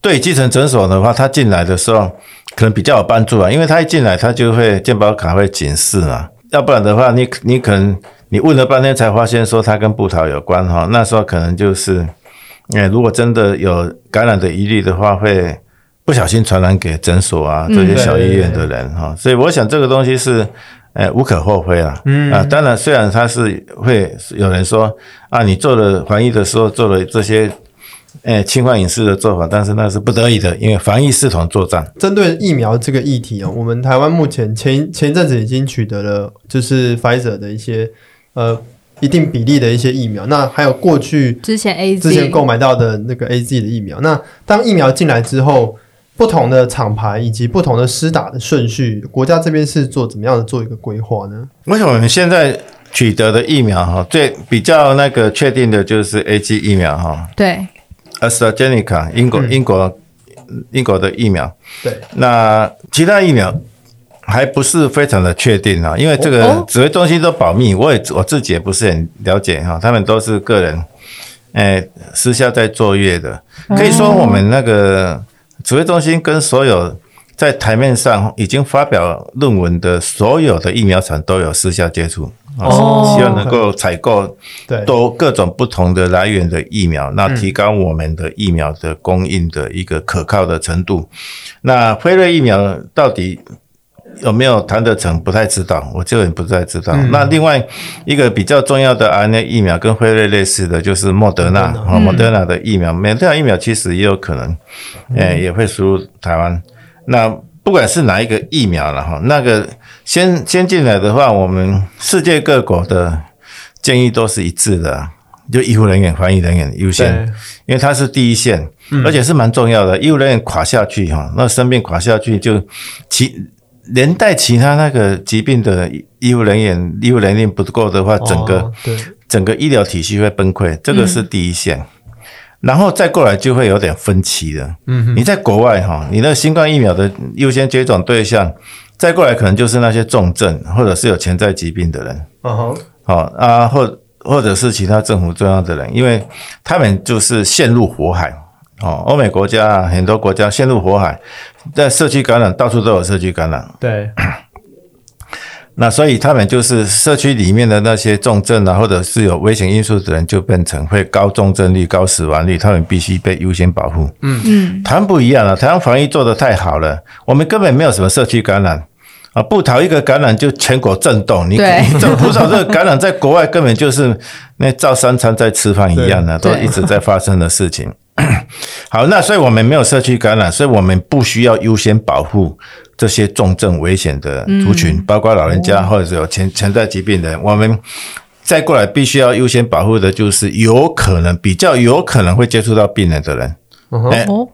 C: 对基层诊所的话，他进来的时候可能比较有帮助啊，因为他一进来他就会健保卡会警示啊，要不然的话你你可能你问了半天才发现说他跟布桃有关哈、那时候可能就是，哎、如果真的有感染的疑虑的话，会不小心传染给诊所啊这些小医院的人哈、所以我想这个东西是。哎，无可厚非啦。嗯啊，当然，虽然他是会有人说啊，你做了防疫的时候做了这些，哎，侵犯隐私的做法，但是那是不得已的，因为防疫系统作战。
A: 针对疫苗这个议题啊、我们台湾目前前前一阵子已经取得了就是 Pfizer 的一些呃一一定比例的一些疫苗，那还有过去
B: 之前 A
A: 之前
B: Z
A: 购买到的那个 A Z 的疫苗。那当疫苗进来之后，不同的厂牌以及不同的施打的顺序，国家这边是做怎么样的做一个规划呢？
C: 为什么我们现在取得的疫苗哈，最比较那个确定的就是 A G 疫苗哈
B: 对，
C: ，AstraZeneca 英国、英国英国的疫苗。
A: 对，
C: 那其他疫苗还不是非常的确定啊，因为这个
B: 哦
C: 指挥中心都保密，我也我自己也不是很了解哈，他们都是个人，哎、私下在作业的，
B: 哦
C: 可以说我们那个指挥中心跟所有。在台面上已经发表论文的所有的疫苗厂都有私下接触，啊
A: 哦
C: 希望能够采购
A: 对，嗯
C: 都各种不同的来源的疫苗，那提高我们的疫苗的供应的一个可靠的程度。那辉瑞疫苗到底有没有谈得成，不太知道，我这个人不太知道。
A: 嗯
C: 那另外一个比较重要的 RNA 疫苗跟辉瑞类似的，就是莫德纳
A: 莫德嗯
C: 啊，莫德纳的疫苗，莫德纳疫苗其实也有可能，
A: 嗯
C: 诶、也会输入台湾。那不管是哪一个疫苗了哈，那个先先进来的话，我们世界各国的建议都是一致的，就医护人员、防疫人员优先。
A: 对，嗯
C: 因为它是第一线，而且是蛮重要的。医务人员垮下去哈，那生病垮下去就其连带其他那个疾病的医医务人员、医务能力不够的话，啊整个、
A: 哦对
C: 整个医疗体系会崩溃，这个是第一线。然后再过来就会有点分歧了。嗯，你在国外哈，你那新冠疫苗的优先接种对象，再过来可能就是那些重症或者是有潜在疾病的人。
A: 嗯哼，
C: 好、啊，或或者是其他政府重要的人，因为他们就是陷入火海。哦，欧美国家啊，很多国家陷入火海，在社区感染到处都有社区感染，
A: 对，
C: 那所以他们就是社区里面的那些重症啊，或者是有危险因素的人，就变成会高重症率、高死亡率，他们必须被优先保护。
B: 嗯，
C: 台湾不一样了，啊台湾防疫做得太好了，我们根本没有什么社区感染啊，不逃一个感染就全国震动，你
B: 对
C: 你政府少这个感染，在国外根本就是那照三餐在吃饭一样的，都
B: 对
C: 一直在发生的事情。 好，那所以我们没有社区感染，所以我们不需要优先保护这些重症危险的族群，包括老人家或者是有潜潜在疾病的人，我们。再过来，必须要优先保护的就是有可能比较有可能会接触到病人的人，
A: 嗯哼，
C: 哎
B: 哦，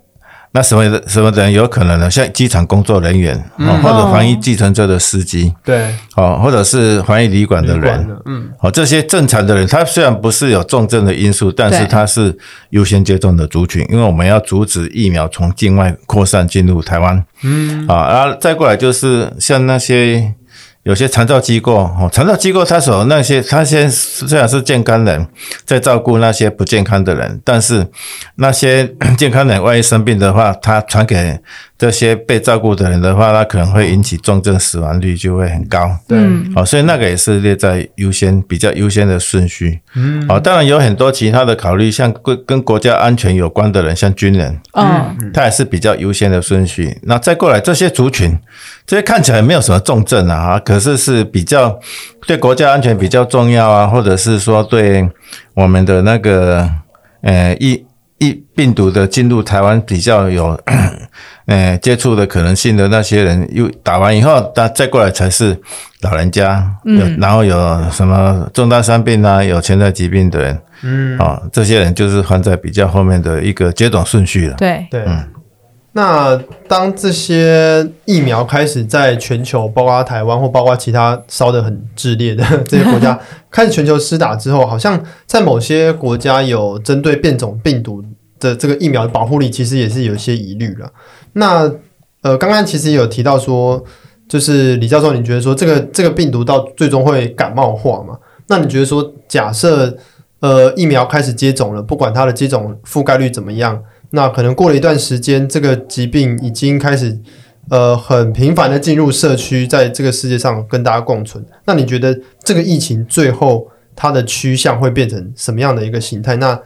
C: 那什么的什么人有可能呢？像机场工作人员，哦或者防疫计程车的司机，
A: 对，
C: 哦，或者是防疫旅馆的
A: 旅馆
C: 人，
A: 的，嗯，
C: 哦，这些正常的人，他虽然不是有重症的因素，但是
B: 对
C: 他是优先接种的族群，因为我们要阻止疫苗从境外扩散进入台湾。嗯，啊，然后再过来就是像那些。有些长照机构哦，长照机构它所那些，它现在虽然是健康人在照顾那些不健康的人，但是那些 健康人万一生病的话，他传给这些被照顾的人的话，那可能会引起重症死亡率就会很高。
A: 对，
C: 哦，所以那个也是列在优先比较优先的顺序。嗯，哦，当然有很多其他的考虑，像跟跟国家安全有关的人，像军人，
B: 嗯，
C: 他也是比较优先的顺序。那再过来这些族群，这些看起来没有什么重症啊，啊可是是比较对国家安全比较重要啊，或者是说对我们的那个呃疫疫病毒的进入台湾比较有 呃接触的可能性的那些人，又打完以后，他再过来才是老人家，有然后有什么重大伤病啊，有潜在疾病的人。嗯，哦，这些人就是放在比较后面的一个接种顺序了。
B: 对，
A: 对。那当这些疫苗开始在全球，包括台湾或包括其他烧得很炽烈的这些国家，开始全球施打之后，好像在某些国家有针对变种病毒的这个疫苗的保护力，其实也是有一些疑虑了。那呃，刚刚其实也有提到说，就是李教授，你觉得说这个这个病毒到最终会感冒化嘛？那你觉得说，假设呃疫苗开始接种了，不管它的接种覆盖率怎么样？那可能过了一段时间，这个疾病已经开始呃很频繁的进入社区，在这个世界上跟大家共存。那你觉得这个疫情最后它的趋向会变成什么样的一个形态？那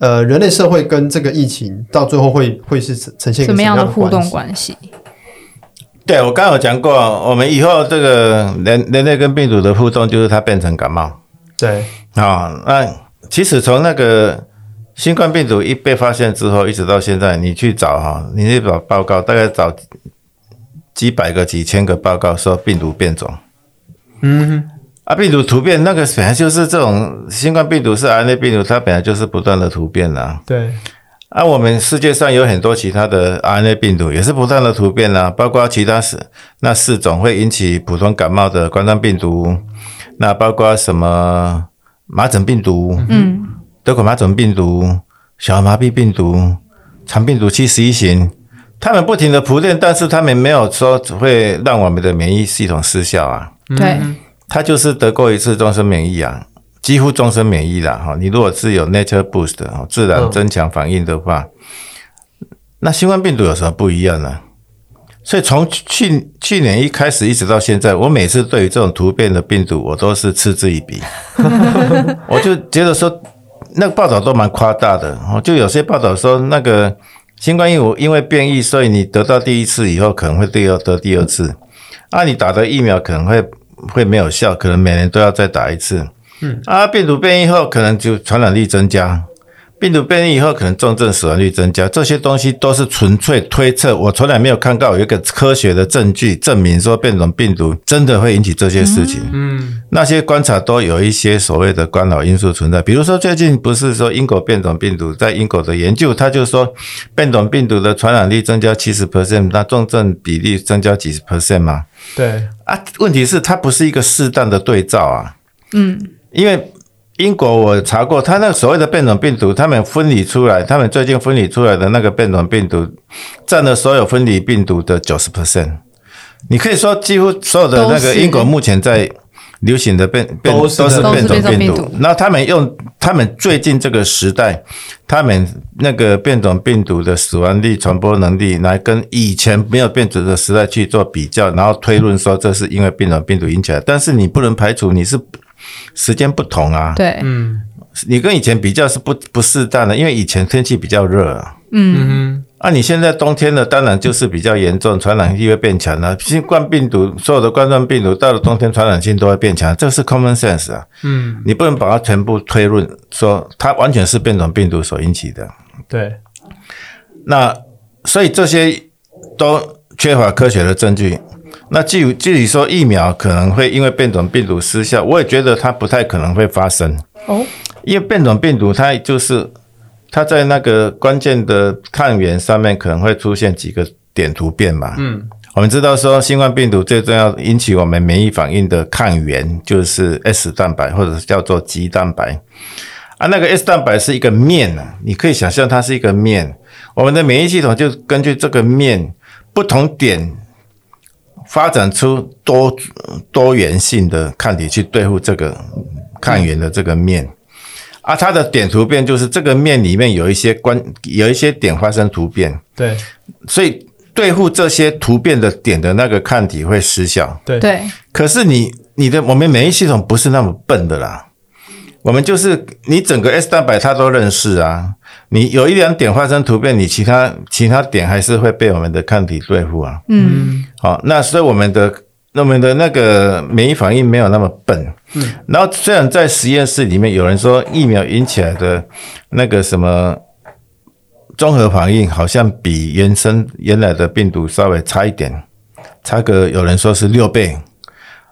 A: 呃，人类社会跟这个疫情到最后会会是呈呈现一个
B: 什么样
A: 的
B: 的互
A: 关
B: 动
A: 系
B: 关系？
C: 对，我刚刚有讲过，我们以后这个人人类跟病毒的互动，就是它变成感冒
A: 对，
C: 啊、那其实从那个新冠病毒一被发现之后，一直到现在，你去找哈，你去找报告，大概找几百个、几千个报告说病毒变种。
A: 嗯，
C: 啊，病毒突变那个本来就是这种新冠病毒是 RNA 病毒，它本来就是不断的突变啦、
A: 对，
C: 啊，我们世界上有很多其他的 RNA 病毒也是不断的突变啦、包括其他四那四种会引起普通感冒的冠状病毒，那包括什么麻疹病毒、
B: 嗯，
C: 德国麻疹病毒、小儿麻痹病毒、肠病毒七十一型，它们不停的铺垫，但是它们没有说会让我们的免疫系统失效啊。
B: 对，
C: 它就是得过一次终身免疫啊，几乎终身免疫啦。哈，你如果是有 Nature Boost 哈，自然增强反应的话，那新冠病毒有什么不一样呢？所以从去去年一开始一直到现在，我每次对于这种突变的病毒，我都是嗤之以鼻。我就觉得说，那个报道都蛮夸大的，哦，就有些报道说那个新冠疫苗因为变异，所以你得到第一次以后可能会第二得第二次，啊，你打的疫苗可能会会没有效，可能每年都要再打一次，嗯，啊，病毒变异后可能就传染力增加。病毒变异以后，可能重症死亡率增加，这些东西都是纯粹推测。我从来没有看到有一个科学的证据证明说变种病毒真的会引起这些事情。
A: 嗯，
C: 那些观察都有一些所谓的干扰因素存在，比如说最近不是说英国变种病毒在英国的研究，他就说变种病毒的传染率增加七十 percent，那重症比例增加几十 percent 嘛？
A: 对，
C: 啊，问题是它不是一个适当的对照啊，
B: 嗯，
C: 因为英国我查过，它那个所谓的变种病毒，他们分离出来，他们最近分离出来的那个变种病毒占了所有分离病毒的九十 percent，你可以说几乎所有的那
B: 都
C: 个
B: 是
C: 英国目前在流行的变变
A: 都
C: 都
A: 是
C: 是
A: 的
C: 变
B: 都是变
C: 种
B: 种
C: 病
B: 病
C: 毒
B: 毒，
C: 那他们用他们最近这个时代，他们那个变种病毒的死亡率、传播能力来跟以前没有变种的时代去做比较，然后推论说这是因为变种病毒引起来，但是你不能排除你是时间不同啊，
B: 对，
A: 嗯
C: 你跟以前比较是不不适当的，因为以前天气比较热啊、
B: 嗯，
A: 嗯
C: 啊，你现在冬天呢，当然就是比较严重，传染力会变强了、啊新冠病毒所有的冠状病毒到了冬天传染性都会变强，这是 common sense 啊，
A: 嗯，
C: 你不能把它全部推论说它完全是变种病毒所引起的。
A: 对，
C: 那所以这些都缺乏科学的证据。那至于至于说疫苗可能会因为变种病毒失效，我也觉得它不太可能会发生。
B: 哦，
C: 因为变种病毒它就是它在那个关键的抗原上面可能会出现几个点突变嘛。
A: 嗯，
C: 我们知道说新冠病毒最重要引起我们免疫反应的抗原就是 S 蛋白，或者是叫做肌蛋白。啊，那个 S 蛋白是一个面啊，你可以想象它是一个面，我们的免疫系统就根据这个面不同点发展出多多元性的抗体去对付这个抗原的这个面。啊，它的点突变就是这个面里面有一些关，有一些点发生突变，
A: 对
C: 所以对付这些突变的点的那个抗体会失效。
A: 对
B: 对，
C: 可是你你的我们免疫系统不是那么笨的啦，我们就是你整个 S 蛋白它都认识啊，你有一两点发生突变，你其他其他点还是会被我们的抗体对付啊。
B: 嗯，
C: 好、那所以我们的我们的那个免疫反应没有那么笨。嗯，然后虽然在实验室里面有人说疫苗引起来的那个什么综合反应好像比原生原来的病毒稍微差一点，差个有人说是六倍。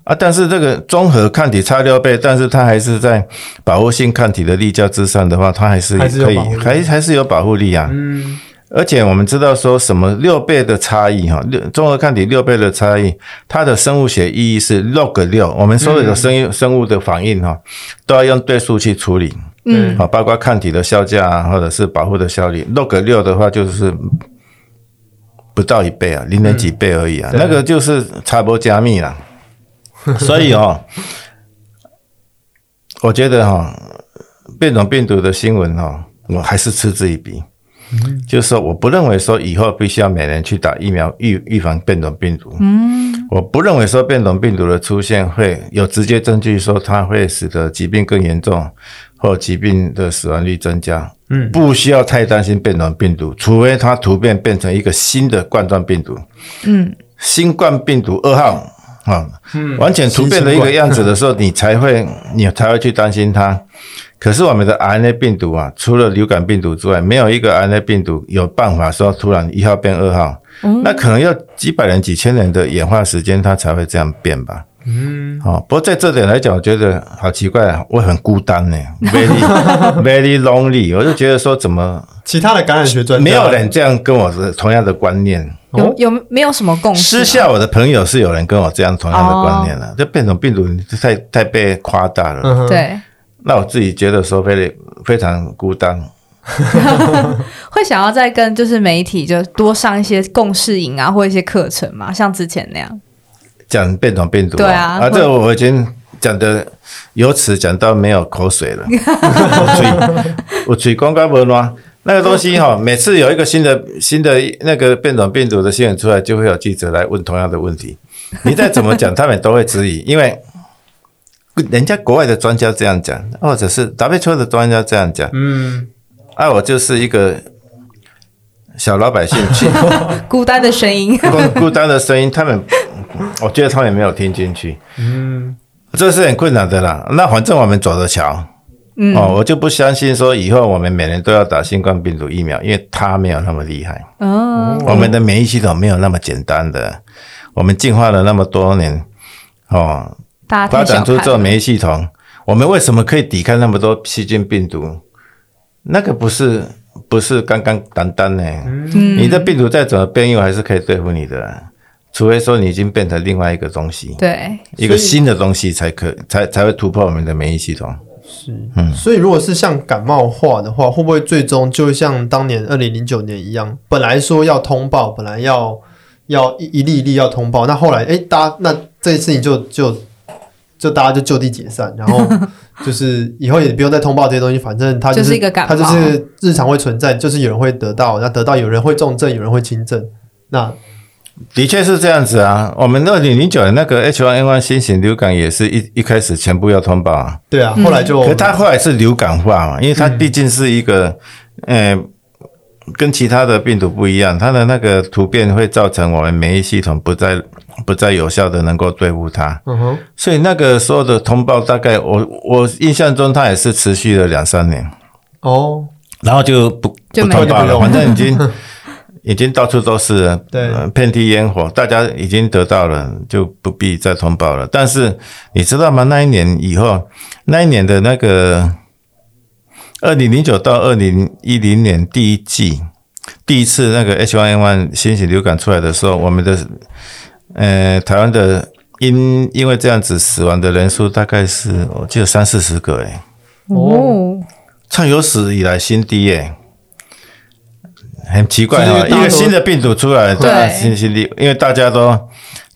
C: 啊，但是这个综合抗体差六倍，但是它还是在保护性抗体的力较之上的话，它还是
A: 还是有
C: 可以
A: 保护力
C: 还还是有保护力啊。
A: 嗯
C: 而且我们知道说什么六倍的差异哈，六综合抗体六倍的差异，它的生物学意义是 log 六。我们所有的生物、生物的反应哈，都要用对数去处理
A: 对
B: 嗯，
C: 啊，包括抗体的效价啊，或者是保护的效率。log 六的话就是不到一倍啊，零点几倍而已啊，
A: 对
C: 那个就是差不多加密啦。所以哦，我觉得哈、变种病毒的新闻哈、我还是嗤之以鼻。就是说，我不认为说以后必须要每人去打疫苗预预防变种病毒。嗯，我不认为说变种病毒的出现会有直接证据说它会使得疾病更严重或疾病的死亡率增加。
A: 嗯
C: 不需要太担心变种病毒，除非它突变变成一个新的冠状病毒。
B: 嗯，
C: 新冠病毒二号啊，
A: 嗯
C: 完全突变的一个样子的时候，你才会你才会去担心它。可是我们的 RNA 病毒啊，除了流感病毒之外，没有一个 RNA 病毒有办法说突然一号变二号，那可能要几百年、几千年的演化时间，它才会这样变吧。
A: 嗯，
C: 哦，不过在这点来讲，我觉得好奇怪啊，我很孤单呢，very very lonely。我就觉得说，怎么
A: 其他的感染学专家哦
C: 没有人这样跟我是同样的观念？
B: 有有没有什么共识
C: 哦
B: 啊
C: 私
B: 吗？
C: 下我的朋友是有人跟我这样同样的观念了、啊就变种病毒太太被夸大了。
A: 嗯哼，
B: 对，
C: 那我自己觉得说非非常孤单，
B: 会想要再跟就是媒体就多上一些共事营啊，或一些课程嘛，像之前那样。
C: 讲变种病毒、
B: 对啊
C: 啊，
B: 会
C: 这我已经讲的由此讲到没有口水了，我嘴 我嘴光光不乱。那个东西哈、每次有一个新的新的那个变种病毒的新闻出来，就会有记者来问同样的 问题。你再怎么讲，他们都会质疑，因为人家国外的专家这样讲，或者是 WHO 的专家这样讲，
A: 嗯，
C: 啊，我就是一个小老百姓去
B: 孤单的声音，
C: 孤孤单的声音，他们， 我觉得他们也没有听进去，
A: 嗯，
C: 这是很困难的啦。那反正我们走着瞧。
B: 嗯
C: 哦，我就不相信说以后我们每人都要打新冠病毒疫苗，因为它没有那么厉害，
B: 嗯，
C: 我们的免疫系统没有那么简单的，我们进化了那么多年，哦，
B: 大家
C: 发
B: 太小
C: 展出
B: 看
C: 这
B: 了。
C: 种免疫系统，我们为什么可以抵抗那么多细菌病毒？那个不是不是刚刚单单呢、
B: 嗯
C: 你的病毒再怎么变异，我还是可以对付你的，除非说你已经变成另外一个东西，
B: 对，
C: 一个新的东西才可才才会突破我们的免疫系统。
A: 所以如果是像感冒化的话，会不会最终就像当年二零零九年一样，本来说要通报，本来要要一一例一例要通报，那后来诶，大家那这件事情就就就大家就就地解 散，然后就是以后也不用再通报这些东西，反正它
B: 就是是一个感冒
A: 它就是日常会存在，就是有人会得到，那得到有人会重症，有人会轻症，那
C: 的确是这样子啊，我们二零零九年那个 H1N1 新型流感也是一一开始全部要通报啊，
A: 对啊，后来就、
C: 可是它后来是流感化嘛，因为它毕竟是一个，呃，跟其他的病毒不一样，它的那个突变会造成我们免疫系统不再不再有效的能够对付它，
A: 嗯哼，
C: 所以那个时候的通报大概我我印象中它也是持续了两三年，
A: 哦，
C: 然后就不
B: 就
C: 不
B: 没有
C: 通报了，
A: 了
C: 反正已经 已经到处都是了，
A: 对
C: 呃遍地烟火，大家已经得到了，就不必再通报了。但是你知道吗？那一年以后，那一年的那个二零零九到二零一零年第一季，第一次那个 H1N1 新型流感出来的时候，我们的呃台湾的因因为这样子死亡的人数大概是我记得三四十个诶、
B: 哦，
C: 创有史以来新低耶、很奇
A: 就
C: 怪
A: 是
C: 哈、
A: 大家都
C: 一个新的病毒出来，
B: 对
C: 对，新新低，因为大家都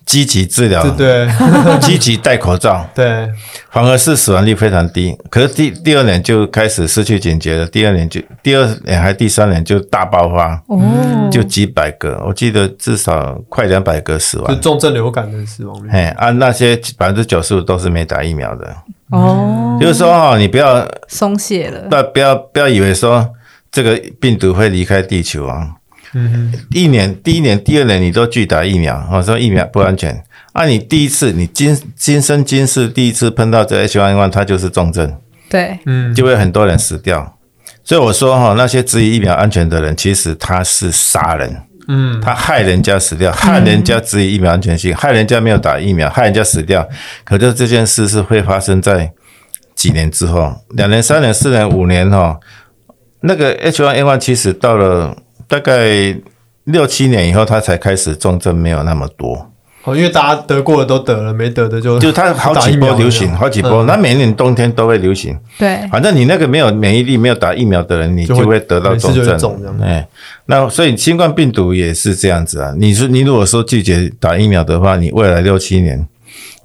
C: 积极治疗
A: 对，对
C: 积极戴口罩，
A: 对，
C: 反而是死亡率非常低。可是第第二年就开始失去警觉了，第二年就第二年还第三年就大爆发，
A: 嗯
B: 哦，
C: 就几百个，我记得至少快两百个死
A: 就
C: 亡。
A: 重症流感的死亡率，
C: 哎，啊，那些百分之九十五都是没打疫苗的，
A: 嗯
B: 哦，
C: 就是说哈、你不要
B: 松懈了，
C: 那不要不要以为说这个病毒会离开地球啊！
A: 嗯哼，
C: 一年、第一年、第二年你都拒打疫苗，我、说疫苗不安全。啊，你第一次你今今生今世第一次碰到这 H1N1，它就是重症，
B: 对，
A: 嗯，
C: 就会很多人死掉。所以我说哈、那些质疑疫苗安全的人，其实他是杀人，
A: 嗯。
C: 他害人家死掉，害人家质疑疫苗安全性，害人家没有打疫苗，害人家死掉。可是这件事是会发生在几年之后，两年、三年、四年、五年哦。那个 H1N1 其实到了大概六七年以后，它才开始重症没有那么多，
A: 哦，因为大家得过的都得了，没得的就
C: 就它好
A: 打疫
C: 几
A: 苗
C: 波
A: 了
C: 流行，好几波。
A: 嗯
C: 那每年冬天都会流行，
B: 对，
C: 反正你那个没有免疫力、没有打疫苗的人，你
A: 就
C: 就
A: 会
C: 会得到
A: 每次
C: 重
A: 就会
C: 症。
A: 中这样
C: 哎，那所以新冠病毒也是这样子啊。你说你如果说拒绝打疫苗的话，你未来六七年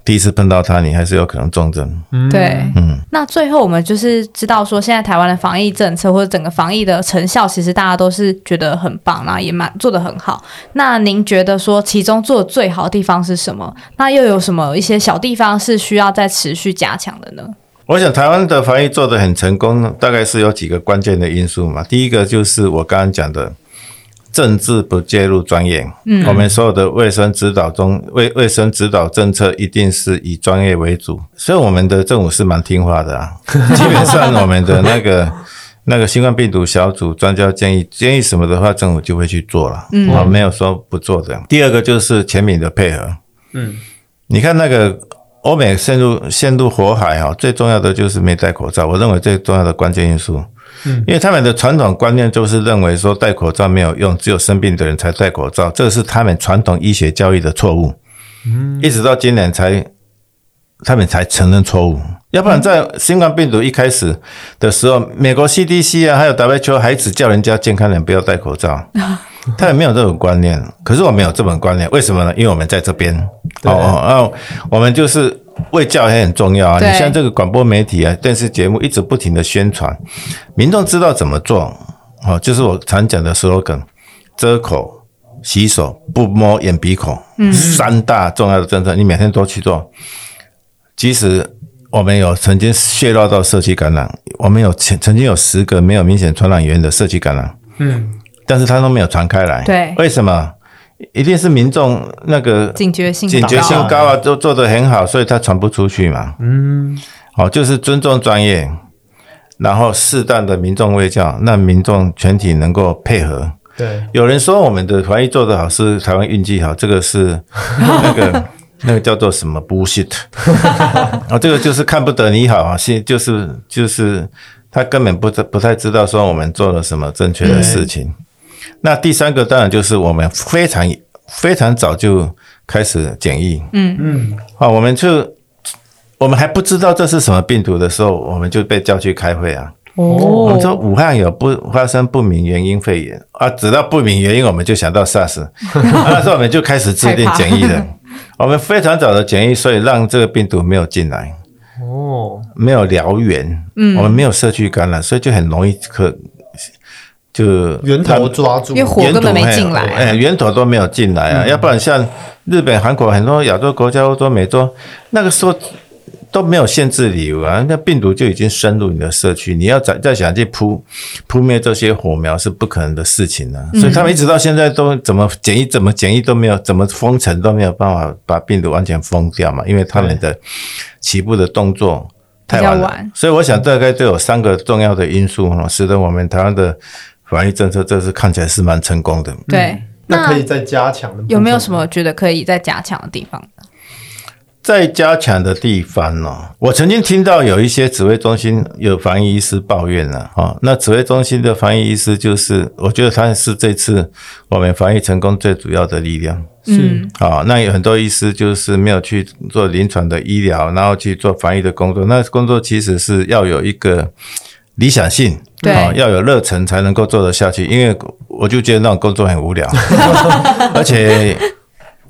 C: 第一次碰到它，你还是有可能重症。
B: 对，
C: 嗯，
B: 那最后我们就是知道说，现在台湾的防疫政策或者整个防疫的成效，其实大家都是觉得很棒啦，也蛮做得很好。那您觉得说其中做得最好的地方是什么？那又有什么一些小地方是需要再持续加强的呢？
C: 我想台湾的防疫做得很成功，大概是有几个关键的因素嘛。第一个就是我刚刚讲的。政治不介入专业，嗯，我们所有的卫生指导中，卫卫生指导政策一定是以专业为主，所以我们的政府是蛮听话的 啊。基本上我们的那个那个新冠病毒小组专家建议建议什么的话，政府就会去做了，嗯，啊，没有说不做的。第二个就是全民的配合，
A: 嗯，
C: 你看那个欧美陷入陷入火海哈，最重要的就是没戴口罩，我认为最重要的关键因素。嗯，因为他们的传统观念就是认为说戴口罩没有用，只有生病的人才戴口罩，这是他们传统医学教育的错误。嗯，一直到今年才他们才承认错误，要不然在新冠病毒一开始的时候，美国 CDC 啊，还有 WHO 还只叫人家健康人不要戴口罩，他们没有这种观念。可是我们有这种观念，为什么呢？因为我们在这边，哦哦，那、我们就是卫教也很重要啊。你
B: 对
C: 像这个广播媒体啊、电视节目一直不停的宣传，民众知道怎么做，哦，就是我常讲的 slogan：遮口。洗手不摸眼鼻口，三大重要的政策，你每天都去做。即使我们有曾经泄露到社区感染，我们有曾曾经有十个没有明显传染源的社区感染，
A: 嗯，
C: 但是它都没有传开来。
B: 对
C: 为什么？一定是民众那个
B: 警觉性
C: 警觉性
B: 高
C: 高啊，都做得很好，所以它传不出去嘛。嗯，好、就是尊重专业，然后适当的民众卫教，让民众全体能够配合。
A: 对，
C: 有人说我们的防疫做得好是台湾运气好，这个是那个那个叫做什么 bullshit 啊，这个就是看不得你好啊，是就是就是他根本不知不太知道说我们做了什么正确的事情。那第三个当然就是我们非常非常早就开始检疫，
B: 嗯
C: 嗯，啊，我们就我们还不知道这是什么病毒的时候，我们就被叫去开会啊，
B: 哦
C: 我们说武汉有不发生不明原因肺炎啊，只到不明原因，我们就想 到 SARS，啊那时候我们就开始制定
B: 害怕
C: 检疫了。我们非常早的检疫，所以让这个病毒没有进来，
A: 哦，
C: 没有燎原，嗯，我们没有社区感染，所以就很容易可就
A: 源头抓住
B: 因，为火
C: 源
B: 根
C: 头
B: 本没
C: 嘿
B: 进来嗯
C: 哎，源头都没有进来啊，要不然像日本、韩国很多亚洲国家、欧洲、美洲，那个时候都没有限制理由啊，那病毒就已经深入你的社区，你要再再想去扑扑灭这些火苗是不可能的事情啊，
B: 嗯
C: 所以他们一直到现在都怎么检疫、怎么检疫都没有，怎么封城都没有办法把病毒完全封掉嘛，因为他们的起步的动作。太晚
B: 比较
C: 了
B: 晚，
C: 所以我想大概都有三个重要的因素哦，使得我们台湾的防疫政策这次看起来是蛮成功的。
B: 对，
A: 那可以再加强的部分，
B: 有没有什么觉得可以再加强的地方？
C: 在加强的地方哦，我曾经听到有一些指挥中心有防疫医师抱怨了啊、哦，那指挥中心的防疫医师就是，我觉得他是这次我们防疫成功最主要的力量。
A: 是
C: 啊、那有很多医师就是没有去做临床的医疗，然后去做防疫的工作。那工作其实是要有一个理想性，
B: 对
C: 啊要有热忱才能够做得下去。因为我就觉得那种工作很无聊，而且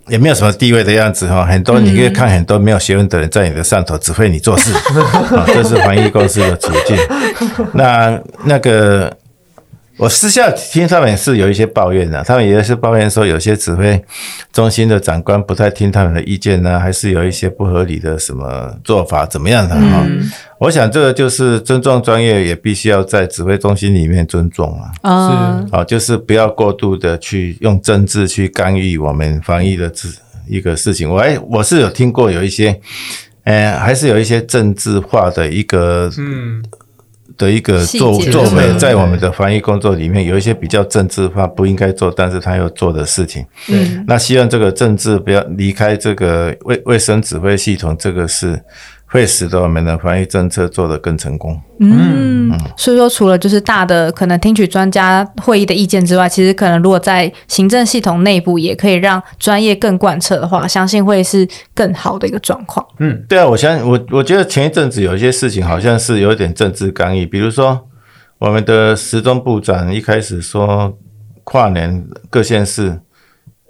C: 也没有什么地位的样子哈。很多你可以看很多没有学问的人在你的上头指挥你做事，啊，这是防疫公司的处境。那那个。我私下听他们也是有一些抱怨的、他们也是抱怨说有些指挥中心的长官不太听他们的意见呢、还是有一些不合理的什么做法，怎么样的哈、
B: 嗯
C: 我想这个就是尊重专业，也必须要在指挥中心里面尊重啊。
B: 嗯，
C: 好，就是不要过度的去用政治去干预我们防疫的这一个事情。我还我是有听过有一些，呃，还是有一些政治化的一个
A: 嗯，
C: 的一个
B: 细
C: 作
B: 节嗯
C: 作为
A: 对，
C: 在我们的防疫工作里面有一些比较政治化不应该做，但是他又做的事情。
A: 对，
C: 那希望这个政治不要离开这个卫卫生指挥系统，这个是会使得我们的防疫政策做得更成功。
B: 嗯，所以说除了就是大的可能听取专家会议的意见之外，其实可能如果在行政系统内部也可以让专业更贯彻的话，相信会是更好的一个状况。
C: 对啊，我相信我我觉得前一阵子有一些事情好像是有点政治干预，比如说我们的时钟部长一开始说跨年各县市。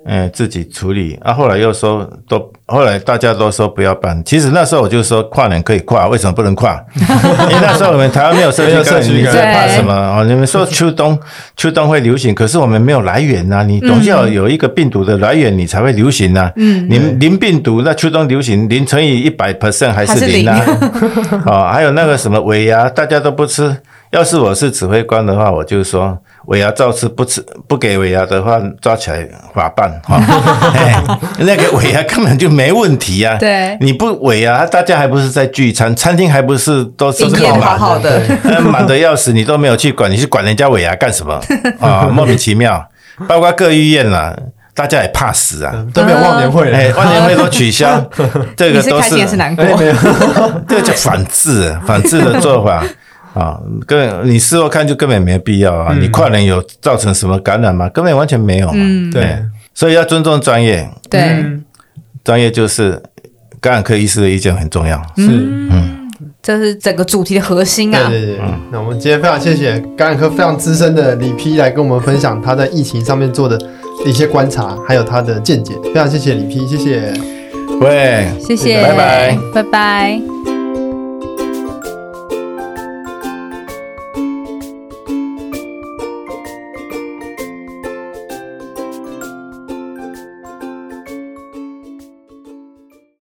C: 嗯，自己处理啊，后来又说都，后来大家都说不要办。其实那时候我就说跨年可以跨，为什么不能跨？ 因为那时候我们台湾没有社
A: 没
C: 区
A: 有
C: 感
A: 社
C: 染，
A: 区
C: 你
A: 感
C: 在
B: 染
C: 怕什么？哦，你们说秋冬，秋冬会流行，可是我们没有来源呐、啊你总是要有一个病毒的来源，你才会流行呐、嗯，零零病毒，那秋冬流行零乘以一百 percent 还
B: 还
C: 是
B: 是
C: 零 啊？哦，还有那个什么尾牙，大家都不吃。要是我是指挥官的话，我就说尾牙照吃，不吃不给尾牙的话，抓起来法办 哈、哎那个尾牙根本就没问题呀、
B: 对
C: 你不尾牙，大家还不是在聚餐，餐厅还不是都是
B: 营业
C: 爆满
B: 好好的，
C: 那满的要死，你都 没有去管，你去管人家尾牙干什么啊？莫名其妙，包括各医院啦、大家也怕死啊。
B: 嗯
A: 都没有忘年会了。
C: 哎，万年会都 取消，这
B: 你
C: 个
B: 是
C: 都
B: 开心也是难 过
A: 哎，没有，
B: 嗯
C: 这叫反制，反制的做法啊，根你事后看就根本没必要啊。
A: 嗯
C: 你跨年有造成什么感染吗？根本完全没有嘛。
B: 嗯，
A: 对
C: 哎，所以要尊重专业，
B: 对，
A: 嗯
C: 专业就是感染科医师的意见很重要。
A: 是，
B: 嗯这是整个主题的核心
A: 对
B: 啊。
A: 对对。那我们今天非常谢谢感染科非常资深的李批来跟我们分享他在疫情上面做的一些观察，还有他的见解。非常谢谢李批，谢谢。
C: 喂，
B: 谢谢，
C: 拜拜，
B: 拜拜。